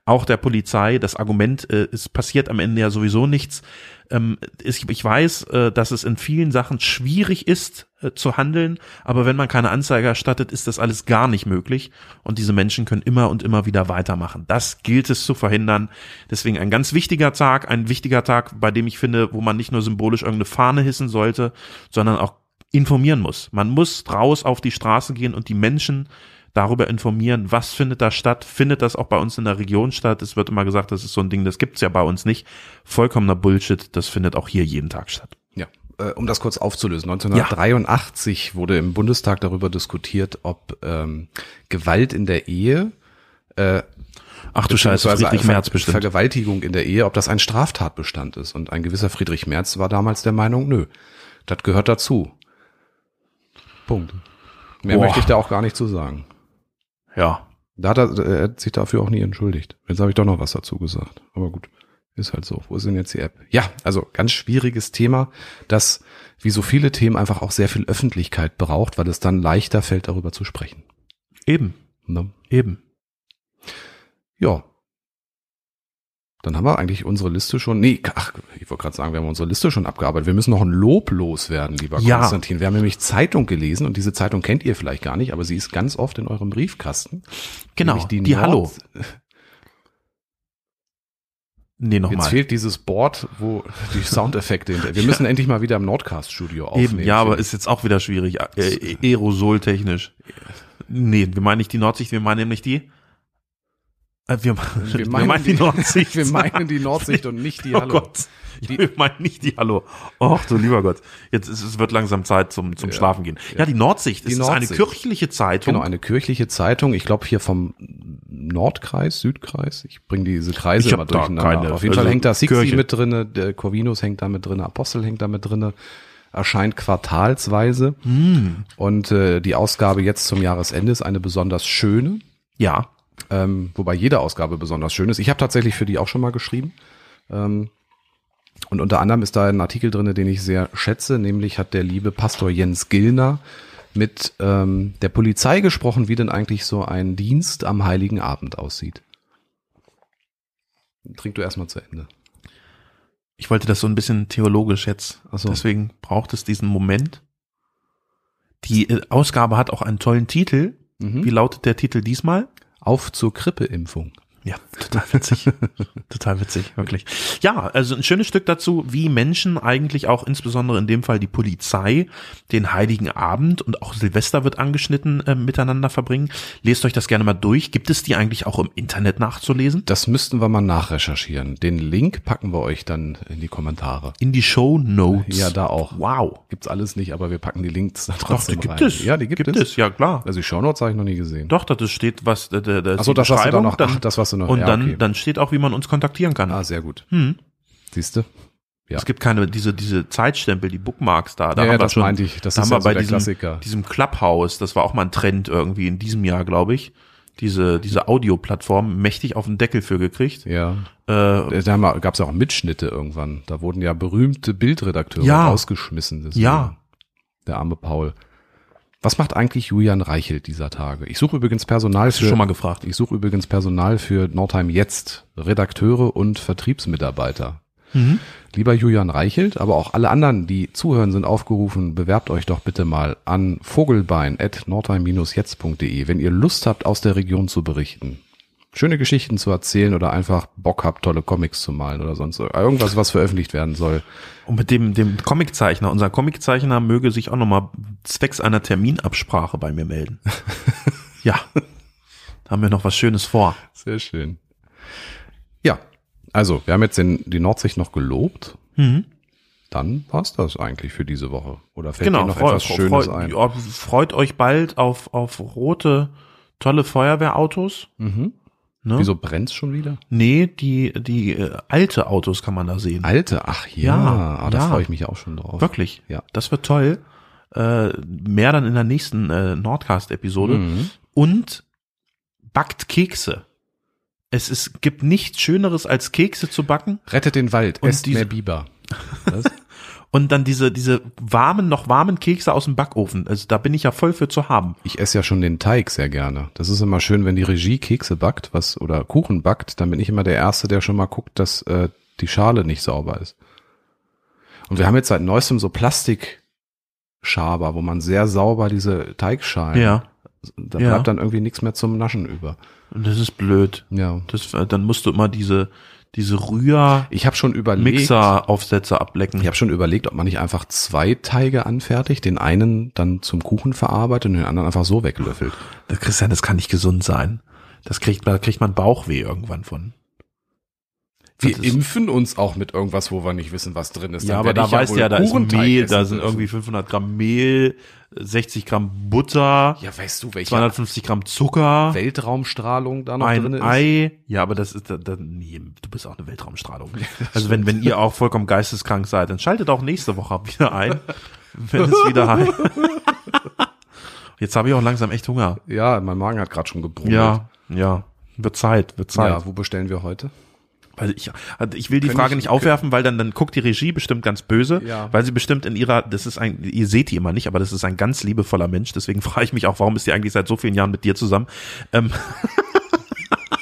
[SPEAKER 1] Auch der Polizei. Das Argument, äh, es passiert am Ende ja sowieso nichts. Ähm, ich, ich weiß, äh, dass es in vielen Sachen schwierig ist äh, zu handeln, aber wenn man keine Anzeige erstattet, ist das alles gar nicht möglich. Und diese Menschen können immer und immer wieder weitermachen. Das gilt es zu verhindern. Deswegen ein ganz wichtiger Tag, ein wichtiger Tag, bei dem ich finde, wo man nicht nur symbolisch irgendeine Fahne hissen sollte, sondern auch informieren muss. Man muss raus auf die Straße gehen und die Menschen darüber informieren, was findet da statt, findet das auch bei uns in der Region statt. Es wird immer gesagt, das ist so ein Ding, das gibt's ja bei uns nicht. Vollkommener Bullshit, das findet auch hier jeden Tag statt.
[SPEAKER 2] Ja, äh, um das kurz aufzulösen, 1983 wurde im Bundestag darüber diskutiert, ob ähm, Gewalt in der Ehe äh,
[SPEAKER 1] Ach du Scheiße,
[SPEAKER 2] beziehungsweise
[SPEAKER 1] Friedrich
[SPEAKER 2] Ver-
[SPEAKER 1] Merz bestimmt.
[SPEAKER 2] Vergewaltigung in der Ehe, ob das ein Straftatbestand ist. Und ein gewisser Friedrich Merz war damals der Meinung, nö, das gehört dazu. Punkt. Mehr
[SPEAKER 1] Boah.
[SPEAKER 2] möchte ich da auch gar nicht zu sagen.
[SPEAKER 1] Ja.
[SPEAKER 2] Da hat er, er hat sich dafür auch nie entschuldigt. Jetzt habe ich doch noch was dazu gesagt. Aber gut, ist halt so. Wo ist denn jetzt die App? Ja, also ganz schwieriges Thema, das wie so viele Themen einfach auch sehr viel Öffentlichkeit braucht, weil es dann leichter fällt, darüber zu sprechen.
[SPEAKER 1] Eben,
[SPEAKER 2] Ne?
[SPEAKER 1] eben.
[SPEAKER 2] Ja. Dann haben wir eigentlich unsere Liste schon. Nee, ach, ich wollte gerade sagen, wir haben unsere Liste schon abgearbeitet. Wir müssen noch ein Lob loswerden, lieber
[SPEAKER 1] Ja.
[SPEAKER 2] Konstantin. Wir haben nämlich Zeitung gelesen und diese Zeitung kennt ihr vielleicht gar nicht, aber sie ist ganz oft in eurem Briefkasten.
[SPEAKER 1] Genau,
[SPEAKER 2] Nämlich
[SPEAKER 1] die, Hallo. Nee,
[SPEAKER 2] Jetzt
[SPEAKER 1] nochmal.
[SPEAKER 2] fehlt dieses Board, wo die Soundeffekte hinter. <laughs> Wir müssen endlich mal wieder im Nordcast-Studio aufnehmen.
[SPEAKER 1] Eben, ja, aber ist jetzt auch wieder schwierig, äh, äh, aerosoltechnisch. Nee, wir meinen nicht die Nordsicht, wir meinen nämlich die. Äh, wir, <laughs> wir, meinen die, Nordsicht.
[SPEAKER 2] <laughs> wir meinen
[SPEAKER 1] <laughs>
[SPEAKER 2] die Nordsicht und nicht die
[SPEAKER 1] oh
[SPEAKER 2] Hallo.
[SPEAKER 1] Gott. <laughs>
[SPEAKER 2] Die-
[SPEAKER 1] wir meinen nicht die Hallo. Och, du lieber Gott. Jetzt ist, es wird langsam Zeit zum, zum
[SPEAKER 2] Ja.
[SPEAKER 1] Schlafen gehen. Ja, die Nordsicht.
[SPEAKER 2] Die
[SPEAKER 1] es ist
[SPEAKER 2] Nordsicht.
[SPEAKER 1] eine kirchliche Zeitung.
[SPEAKER 2] Genau, eine kirchliche Zeitung. Ich glaube hier vom Nordkreis, Südkreis. Ich bringe diese Kreise
[SPEAKER 1] Ich hab
[SPEAKER 2] immer
[SPEAKER 1] da
[SPEAKER 2] durcheinander.
[SPEAKER 1] keine.
[SPEAKER 2] Auf jeden
[SPEAKER 1] Also
[SPEAKER 2] Fall hängt da Sixi
[SPEAKER 1] Kirche.
[SPEAKER 2] mit drinne, der Corvinus hängt da mit drinne, Apostel hängt da mit drinne. Erscheint quartalsweise. Und äh, die Ausgabe jetzt zum Jahresende ist eine besonders schöne.
[SPEAKER 1] Ja.
[SPEAKER 2] Ähm, wobei jede Ausgabe besonders schön ist. Ich habe tatsächlich für die auch schon mal geschrieben. Ähm, und unter anderem ist da ein Artikel drinne, den ich sehr schätze, nämlich hat der liebe Pastor Jens Gillner mit ähm, der Polizei gesprochen, wie denn eigentlich so ein Dienst am Heiligen Abend aussieht. Trink du erstmal zu Ende.
[SPEAKER 1] Ich wollte das so ein bisschen theologisch jetzt. also
[SPEAKER 2] Ach so.
[SPEAKER 1] Deswegen braucht es diesen Moment. Die äh, Ausgabe hat auch einen tollen Titel. Wie lautet der Titel diesmal?
[SPEAKER 2] Auf zur Krippeimpfung.
[SPEAKER 1] Ja, total
[SPEAKER 2] <laughs>
[SPEAKER 1] witzig. total witzig, wirklich. Ja, also ein schönes Stück dazu, wie Menschen eigentlich auch insbesondere in dem Fall die Polizei den Heiligen Abend und auch Silvester wird angeschnitten äh, miteinander verbringen. Lest euch das gerne mal durch. Gibt es die eigentlich auch im Internet nachzulesen?
[SPEAKER 2] Das müssten wir mal nachrecherchieren. Den Link packen wir euch dann in die Kommentare.
[SPEAKER 1] In die Show Notes.
[SPEAKER 2] Ja, da auch.
[SPEAKER 1] Wow.
[SPEAKER 2] Gibt's alles nicht, aber wir packen die Links da
[SPEAKER 1] Doch, die
[SPEAKER 2] trotzdem
[SPEAKER 1] gibt
[SPEAKER 2] rein.
[SPEAKER 1] es.
[SPEAKER 2] Ja, die gibt, es.
[SPEAKER 1] Ja, klar.
[SPEAKER 2] Also die Shownotes habe ich noch nie gesehen.
[SPEAKER 1] Doch, da das steht, was äh, da, da ist
[SPEAKER 2] Ach so,
[SPEAKER 1] die
[SPEAKER 2] das, was du da
[SPEAKER 1] Beschreibung,
[SPEAKER 2] noch- ach, das, was du noch-
[SPEAKER 1] Und
[SPEAKER 2] ja,
[SPEAKER 1] dann,
[SPEAKER 2] okay.
[SPEAKER 1] dann steht auch, wie man uns kontaktieren kann.
[SPEAKER 2] Ah, sehr gut.
[SPEAKER 1] Hm.
[SPEAKER 2] Siehst du? Ja.
[SPEAKER 1] Es gibt keine, diese, diese Zeitstempel, die Bookmarks da. da
[SPEAKER 2] Ja, ja,
[SPEAKER 1] wir
[SPEAKER 2] das meinte ich. Das
[SPEAKER 1] da haben
[SPEAKER 2] ist
[SPEAKER 1] wir
[SPEAKER 2] ja so
[SPEAKER 1] bei
[SPEAKER 2] der
[SPEAKER 1] diesem,
[SPEAKER 2] Klassiker.
[SPEAKER 1] diesem Clubhouse, das war auch mal ein Trend irgendwie in diesem Jahr, glaube ich. Diese, diese Audioplattform mächtig auf den Deckel für gekriegt.
[SPEAKER 2] Ja.
[SPEAKER 1] Ja, äh,
[SPEAKER 2] Da gab es ja auch Mitschnitte irgendwann. Da wurden ja berühmte Bildredakteure
[SPEAKER 1] Ja.
[SPEAKER 2] rausgeschmissen. deswegen.
[SPEAKER 1] ja
[SPEAKER 2] Der arme Paul. Was macht eigentlich Julian Reichelt dieser Tage? Ich suche übrigens Personal
[SPEAKER 1] hast du
[SPEAKER 2] für.
[SPEAKER 1] schon mal gefragt.
[SPEAKER 2] ich suche übrigens Personal für Nordheim jetzt. Redakteure und Vertriebsmitarbeiter.
[SPEAKER 1] Mhm.
[SPEAKER 2] Lieber Julian Reichelt, aber auch alle anderen, die zuhören, sind aufgerufen, bewerbt euch doch bitte mal an vogelbein.nordheim-jetzt.de, wenn ihr Lust habt, aus der Region zu berichten. Schöne Geschichten zu erzählen oder einfach Bock habt, tolle Comics zu malen oder sonst irgend- irgendwas, was veröffentlicht werden soll.
[SPEAKER 1] Und mit dem, dem Comiczeichner, unser Comiczeichner möge sich auch nochmal zwecks einer Terminabsprache bei mir
[SPEAKER 2] <laughs>
[SPEAKER 1] melden. ja. Da haben wir noch was Schönes vor.
[SPEAKER 2] Sehr schön. Ja, also, wir haben jetzt den, die Nordsicht noch gelobt.
[SPEAKER 1] Mhm.
[SPEAKER 2] Dann war's das eigentlich für diese Woche. Oder fällt dir
[SPEAKER 1] Genau,
[SPEAKER 2] noch
[SPEAKER 1] freu-
[SPEAKER 2] etwas
[SPEAKER 1] freu-
[SPEAKER 2] Schönes
[SPEAKER 1] freu-
[SPEAKER 2] ein?
[SPEAKER 1] ja, freut euch bald auf, auf rote, tolle Feuerwehrautos.
[SPEAKER 2] Mhm.
[SPEAKER 1] Ne?
[SPEAKER 2] Wieso brennt's schon wieder?
[SPEAKER 1] Nee, die, die äh, alte Autos kann man da sehen.
[SPEAKER 2] Alte, ach ja,
[SPEAKER 1] Ja,
[SPEAKER 2] ah, da
[SPEAKER 1] ja.
[SPEAKER 2] freue ich mich auch schon drauf.
[SPEAKER 1] Wirklich.
[SPEAKER 2] Ja.
[SPEAKER 1] Das wird toll. Äh, mehr dann in der nächsten äh, Nordcast-Episode.
[SPEAKER 2] Mhm.
[SPEAKER 1] Und backt Kekse. Es ist, gibt nichts Schöneres als Kekse zu backen.
[SPEAKER 2] Rettet den Wald,
[SPEAKER 1] Und
[SPEAKER 2] esst
[SPEAKER 1] diese-
[SPEAKER 2] mehr Biber.
[SPEAKER 1] und dann diese, diese warmen, noch warmen Kekse aus dem Backofen. Also da bin ich ja voll für zu haben.
[SPEAKER 2] Ich esse ja schon den Teig sehr gerne. Das ist immer schön, wenn die Regie Kekse backt, was oder Kuchen backt, dann bin ich immer der Erste, der schon mal guckt, dass äh, die Schale nicht sauber ist. Und wir haben jetzt seit neuestem so Plastikschaber, wo man sehr sauber diese Teigschalen.
[SPEAKER 1] Ja.
[SPEAKER 2] Da
[SPEAKER 1] Ja.
[SPEAKER 2] bleibt dann irgendwie nichts mehr zum Naschen über.
[SPEAKER 1] Und das ist blöd.
[SPEAKER 2] Ja.
[SPEAKER 1] Das, äh, dann musst du immer diese, diese Rühr-
[SPEAKER 2] Ich habe schon überlegt.
[SPEAKER 1] Mixer-Aufsätze ablecken.
[SPEAKER 2] Ich habe schon überlegt, ob man nicht einfach zwei Teige anfertigt, den einen dann zum Kuchen verarbeitet und den anderen einfach so weglöffelt.
[SPEAKER 1] Das, Christian, das kann nicht gesund sein. Das kriegt, da kriegt man Bauchweh irgendwann von.
[SPEAKER 2] Wir
[SPEAKER 1] Das ist-
[SPEAKER 2] impfen uns auch mit irgendwas, wo wir nicht wissen, was drin ist.
[SPEAKER 1] Ja,
[SPEAKER 2] Dann
[SPEAKER 1] aber
[SPEAKER 2] werd
[SPEAKER 1] da
[SPEAKER 2] ich
[SPEAKER 1] weißt du
[SPEAKER 2] wohl
[SPEAKER 1] ja, da ist
[SPEAKER 2] Kuchenteig
[SPEAKER 1] Mehl,
[SPEAKER 2] essen
[SPEAKER 1] da sind
[SPEAKER 2] dürfen.
[SPEAKER 1] irgendwie 500 Gramm Mehl, 60 Gramm Butter,
[SPEAKER 2] Ja, weißt du, welche
[SPEAKER 1] 250 Gramm Zucker,
[SPEAKER 2] Weltraumstrahlung da noch drin
[SPEAKER 1] ein
[SPEAKER 2] ist?
[SPEAKER 1] Ei. Ja, aber das ist, da, da, nee, du bist auch eine
[SPEAKER 2] <laughs>
[SPEAKER 1] Weltraumstrahlung. Also wenn, wenn ihr auch vollkommen geisteskrank seid, dann schaltet auch nächste Woche wieder
[SPEAKER 2] <laughs>
[SPEAKER 1] ein, wenn es wieder heißt. Jetzt habe ich auch langsam echt Hunger.
[SPEAKER 2] Ja, mein Magen hat gerade schon gebrummelt.
[SPEAKER 1] Ja, ja. Wird Zeit, wird Zeit.
[SPEAKER 2] ja, wo bestellen wir heute?
[SPEAKER 1] Weil ich, also ich will die
[SPEAKER 2] Können
[SPEAKER 1] Frage
[SPEAKER 2] ich-
[SPEAKER 1] nicht aufwerfen, weil dann, dann guckt die Regie bestimmt ganz böse,
[SPEAKER 2] Ja.
[SPEAKER 1] weil sie bestimmt in ihrer, das ist ein, ihr seht die immer nicht, aber das ist ein ganz liebevoller Mensch, deswegen <laughs> frage ich mich auch, warum ist die eigentlich seit so vielen Jahren mit dir zusammen?
[SPEAKER 2] <laughs>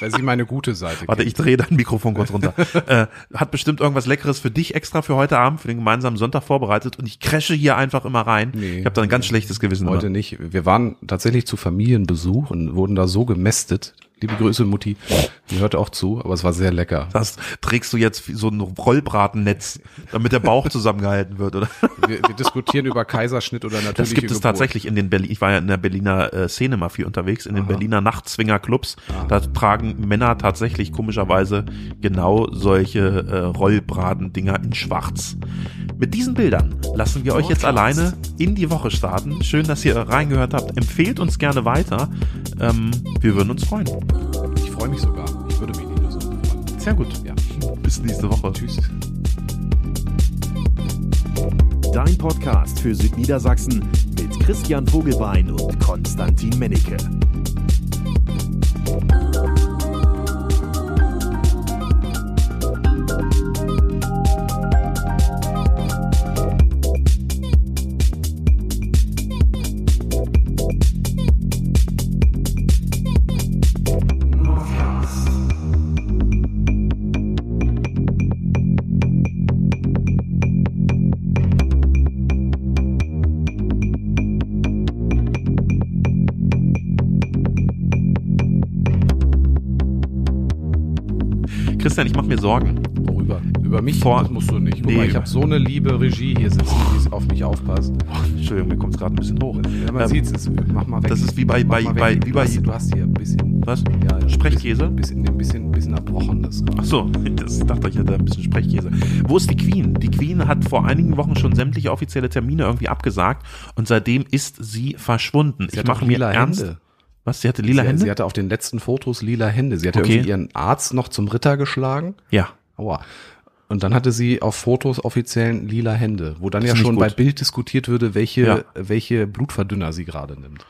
[SPEAKER 1] Ähm,
[SPEAKER 2] Weil sie meine gute
[SPEAKER 1] <laughs>
[SPEAKER 2] Seite
[SPEAKER 1] warte, ich drehe dein Mikrofon kurz
[SPEAKER 2] <laughs>
[SPEAKER 1] runter. äh, hat bestimmt irgendwas Leckeres für dich extra für heute Abend, für den gemeinsamen Sonntag vorbereitet und ich crashe hier einfach immer rein.
[SPEAKER 2] Nee.
[SPEAKER 1] ich habe da ein ganz schlechtes Gewissen.
[SPEAKER 2] Heute
[SPEAKER 1] immer.
[SPEAKER 2] nicht. Wir waren tatsächlich zu Familienbesuch und wurden da so gemästet. Liebe Grüße, Mutti. Die hörte auch zu, aber es war sehr lecker.
[SPEAKER 1] Das trägst du jetzt wie so ein Rollbratennetz, damit der
[SPEAKER 2] <laughs>
[SPEAKER 1] Bauch zusammengehalten wird, oder?
[SPEAKER 2] Wir, wir diskutieren über Kaiserschnitt oder natürlich.
[SPEAKER 1] Das gibt es tatsächlich in den Berlin. Ich war ja in der Berliner äh, Szene mal viel unterwegs, in den Berliner Nachtzwinger-Clubs. Da tragen Männer tatsächlich komischerweise genau solche äh, Rollbraten-Dinger in Schwarz. Mit diesen Bildern lassen wir euch jetzt alleine in die Woche starten. Schön, dass ihr reingehört habt. Empfehlt uns gerne weiter. Ähm, wir würden uns freuen.
[SPEAKER 2] Ich freue mich sogar. Ich würde mich nicht nur so freuen.
[SPEAKER 1] Sehr gut.
[SPEAKER 2] Ja.
[SPEAKER 1] Bis nächste Woche.
[SPEAKER 2] Tschüss.
[SPEAKER 3] Dein Podcast für Südniedersachsen mit Christian Vogelbein und Konstantin Mennecke.
[SPEAKER 1] Christian, ich mache mir Sorgen.
[SPEAKER 2] Worüber? Über mich?
[SPEAKER 1] Vor-
[SPEAKER 2] das musst du nicht. Guck
[SPEAKER 1] Nee,
[SPEAKER 2] mal, ich
[SPEAKER 1] über-
[SPEAKER 2] habe so eine liebe Regie hier sitzen, die auf mich aufpasst.
[SPEAKER 1] Oh, Entschuldigung, mir kommt es gerade ein bisschen hoch.
[SPEAKER 2] Ja, man
[SPEAKER 1] Ähm,
[SPEAKER 2] sieht's. es. Mach mal weg.
[SPEAKER 1] das ist wie bei-
[SPEAKER 2] Mach
[SPEAKER 1] bei-
[SPEAKER 2] mal
[SPEAKER 1] bei-
[SPEAKER 2] weg.
[SPEAKER 1] wie bei-
[SPEAKER 2] Du hast, du hast hier ein bisschen.
[SPEAKER 1] Was?
[SPEAKER 2] Ja, ja,
[SPEAKER 1] Sprechkäse?
[SPEAKER 2] Bisschen, bisschen, bisschen, bisschen erbrochenes.
[SPEAKER 1] Ach so, <laughs> das ich dachte ich hätte ein bisschen Sprechkäse. Wo ist die Queen? Die Queen hat vor einigen Wochen schon sämtliche offizielle Termine irgendwie abgesagt und seitdem ist sie verschwunden.
[SPEAKER 2] Sie
[SPEAKER 1] ich
[SPEAKER 2] hat
[SPEAKER 1] mache
[SPEAKER 2] doch
[SPEAKER 1] mir
[SPEAKER 2] lila
[SPEAKER 1] ernst.
[SPEAKER 2] Hände.
[SPEAKER 1] Was? Sie hatte lila
[SPEAKER 2] sie,
[SPEAKER 1] Hände?
[SPEAKER 2] sie hatte auf den letzten Fotos lila Hände. Sie hatte
[SPEAKER 1] Okay.
[SPEAKER 2] irgendwie ihren Arzt noch zum Ritter geschlagen.
[SPEAKER 1] ja.
[SPEAKER 2] Aua. Und dann hatte sie auf Fotos offiziellen lila Hände, wo dann
[SPEAKER 1] Ist
[SPEAKER 2] ja
[SPEAKER 1] nicht
[SPEAKER 2] schon
[SPEAKER 1] gut.
[SPEAKER 2] bei Bild diskutiert würde, welche,
[SPEAKER 1] Ja.
[SPEAKER 2] welche Blutverdünner sie gerade nimmt.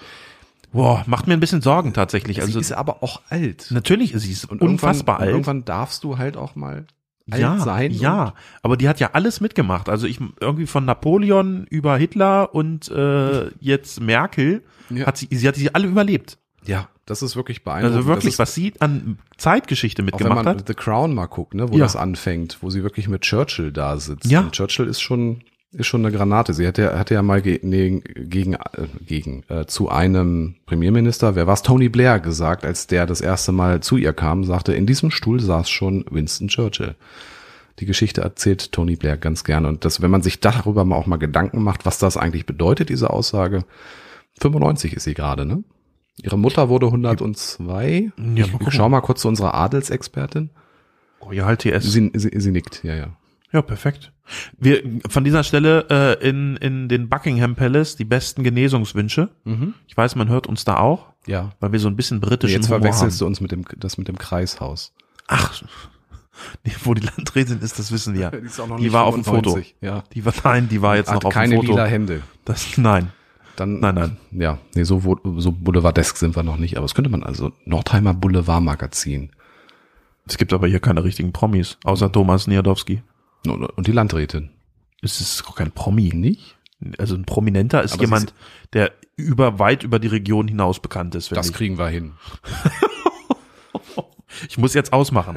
[SPEAKER 1] Boah, macht mir ein bisschen Sorgen tatsächlich.
[SPEAKER 2] Also
[SPEAKER 1] Also
[SPEAKER 2] sie ist aber auch alt.
[SPEAKER 1] natürlich ist sie ist
[SPEAKER 2] Und
[SPEAKER 1] unfassbar
[SPEAKER 2] irgendwann, und
[SPEAKER 1] alt.
[SPEAKER 2] Irgendwann darfst du halt auch mal alt
[SPEAKER 1] ja,
[SPEAKER 2] sein.
[SPEAKER 1] ja, aber die hat ja alles mitgemacht. Also ich irgendwie von Napoleon über Hitler und äh, jetzt Merkel
[SPEAKER 2] Ja.
[SPEAKER 1] hat sie, sie hat sie alle überlebt.
[SPEAKER 2] Und, ja, das ist wirklich beeindruckend.
[SPEAKER 1] Also wirklich,
[SPEAKER 2] das ist,
[SPEAKER 1] was sie an Zeitgeschichte
[SPEAKER 2] auch wenn
[SPEAKER 1] mitgemacht
[SPEAKER 2] man
[SPEAKER 1] hat.
[SPEAKER 2] The Crown mal guckt, ne, wo
[SPEAKER 1] Ja.
[SPEAKER 2] das anfängt, wo sie wirklich mit Churchill da sitzt.
[SPEAKER 1] Ja.
[SPEAKER 2] Und Churchill ist schon ist schon eine Granate. Sie hatte, ja- hatte ja mal ge nee, gegen äh, gegen äh, zu einem Premierminister, wer war's, Tony Blair gesagt, als der das erste Mal zu ihr kam, sagte, in diesem Stuhl saß schon Winston Churchill. Die Geschichte erzählt Tony Blair ganz gerne und das, wenn man sich darüber mal auch mal Gedanken macht, was das eigentlich bedeutet, diese Aussage. 95 ist sie gerade, ne? Ihre Mutter wurde 102.
[SPEAKER 1] mal
[SPEAKER 2] ich,
[SPEAKER 1] gucken.
[SPEAKER 2] ich schau mal kurz zu unserer Adelsexpertin.
[SPEAKER 1] Royal TS.
[SPEAKER 2] Sie, sie, sie nickt, ja, ja.
[SPEAKER 1] Ja, perfekt. Wir von dieser Stelle äh, in, in den Buckingham Palace die besten Genesungswünsche. Ich weiß, man hört uns da auch,
[SPEAKER 2] Ja.
[SPEAKER 1] weil wir so ein bisschen britischen
[SPEAKER 2] Mhm. Jetzt
[SPEAKER 1] Humor
[SPEAKER 2] verwechselst
[SPEAKER 1] haben.
[SPEAKER 2] du uns mit dem, das mit dem Kreishaus.
[SPEAKER 1] Ach, nee, wo die Landrätin ist, das wissen
[SPEAKER 2] <laughs>
[SPEAKER 1] wir.
[SPEAKER 2] ist auch noch
[SPEAKER 1] die
[SPEAKER 2] nicht
[SPEAKER 1] war auf dem
[SPEAKER 2] 95,
[SPEAKER 1] Foto.
[SPEAKER 2] ja.
[SPEAKER 1] Die war nein, die war jetzt
[SPEAKER 2] Hat
[SPEAKER 1] noch auf
[SPEAKER 2] keine
[SPEAKER 1] dem Foto.
[SPEAKER 2] lila Hände.
[SPEAKER 1] Das nein.
[SPEAKER 2] Dann,
[SPEAKER 1] Nein, nein.
[SPEAKER 2] Ja, nee, so, wo- so Boulevardesk sind wir noch nicht, aber es könnte man also Nordheimer Boulevardmagazin. Mhm.
[SPEAKER 1] Es gibt aber hier keine richtigen Promis außer Thomas Niadowski.
[SPEAKER 2] Und und die Landrätin.
[SPEAKER 1] Ist es gar kein Promi?
[SPEAKER 2] Nicht?
[SPEAKER 1] Also ein Prominenter ist
[SPEAKER 2] Aber es
[SPEAKER 1] jemand, der über, weit über die Region hinaus bekannt ist. finde
[SPEAKER 2] Das
[SPEAKER 1] ich.
[SPEAKER 2] kriegen wir hin.
[SPEAKER 1] ich muss jetzt ausmachen.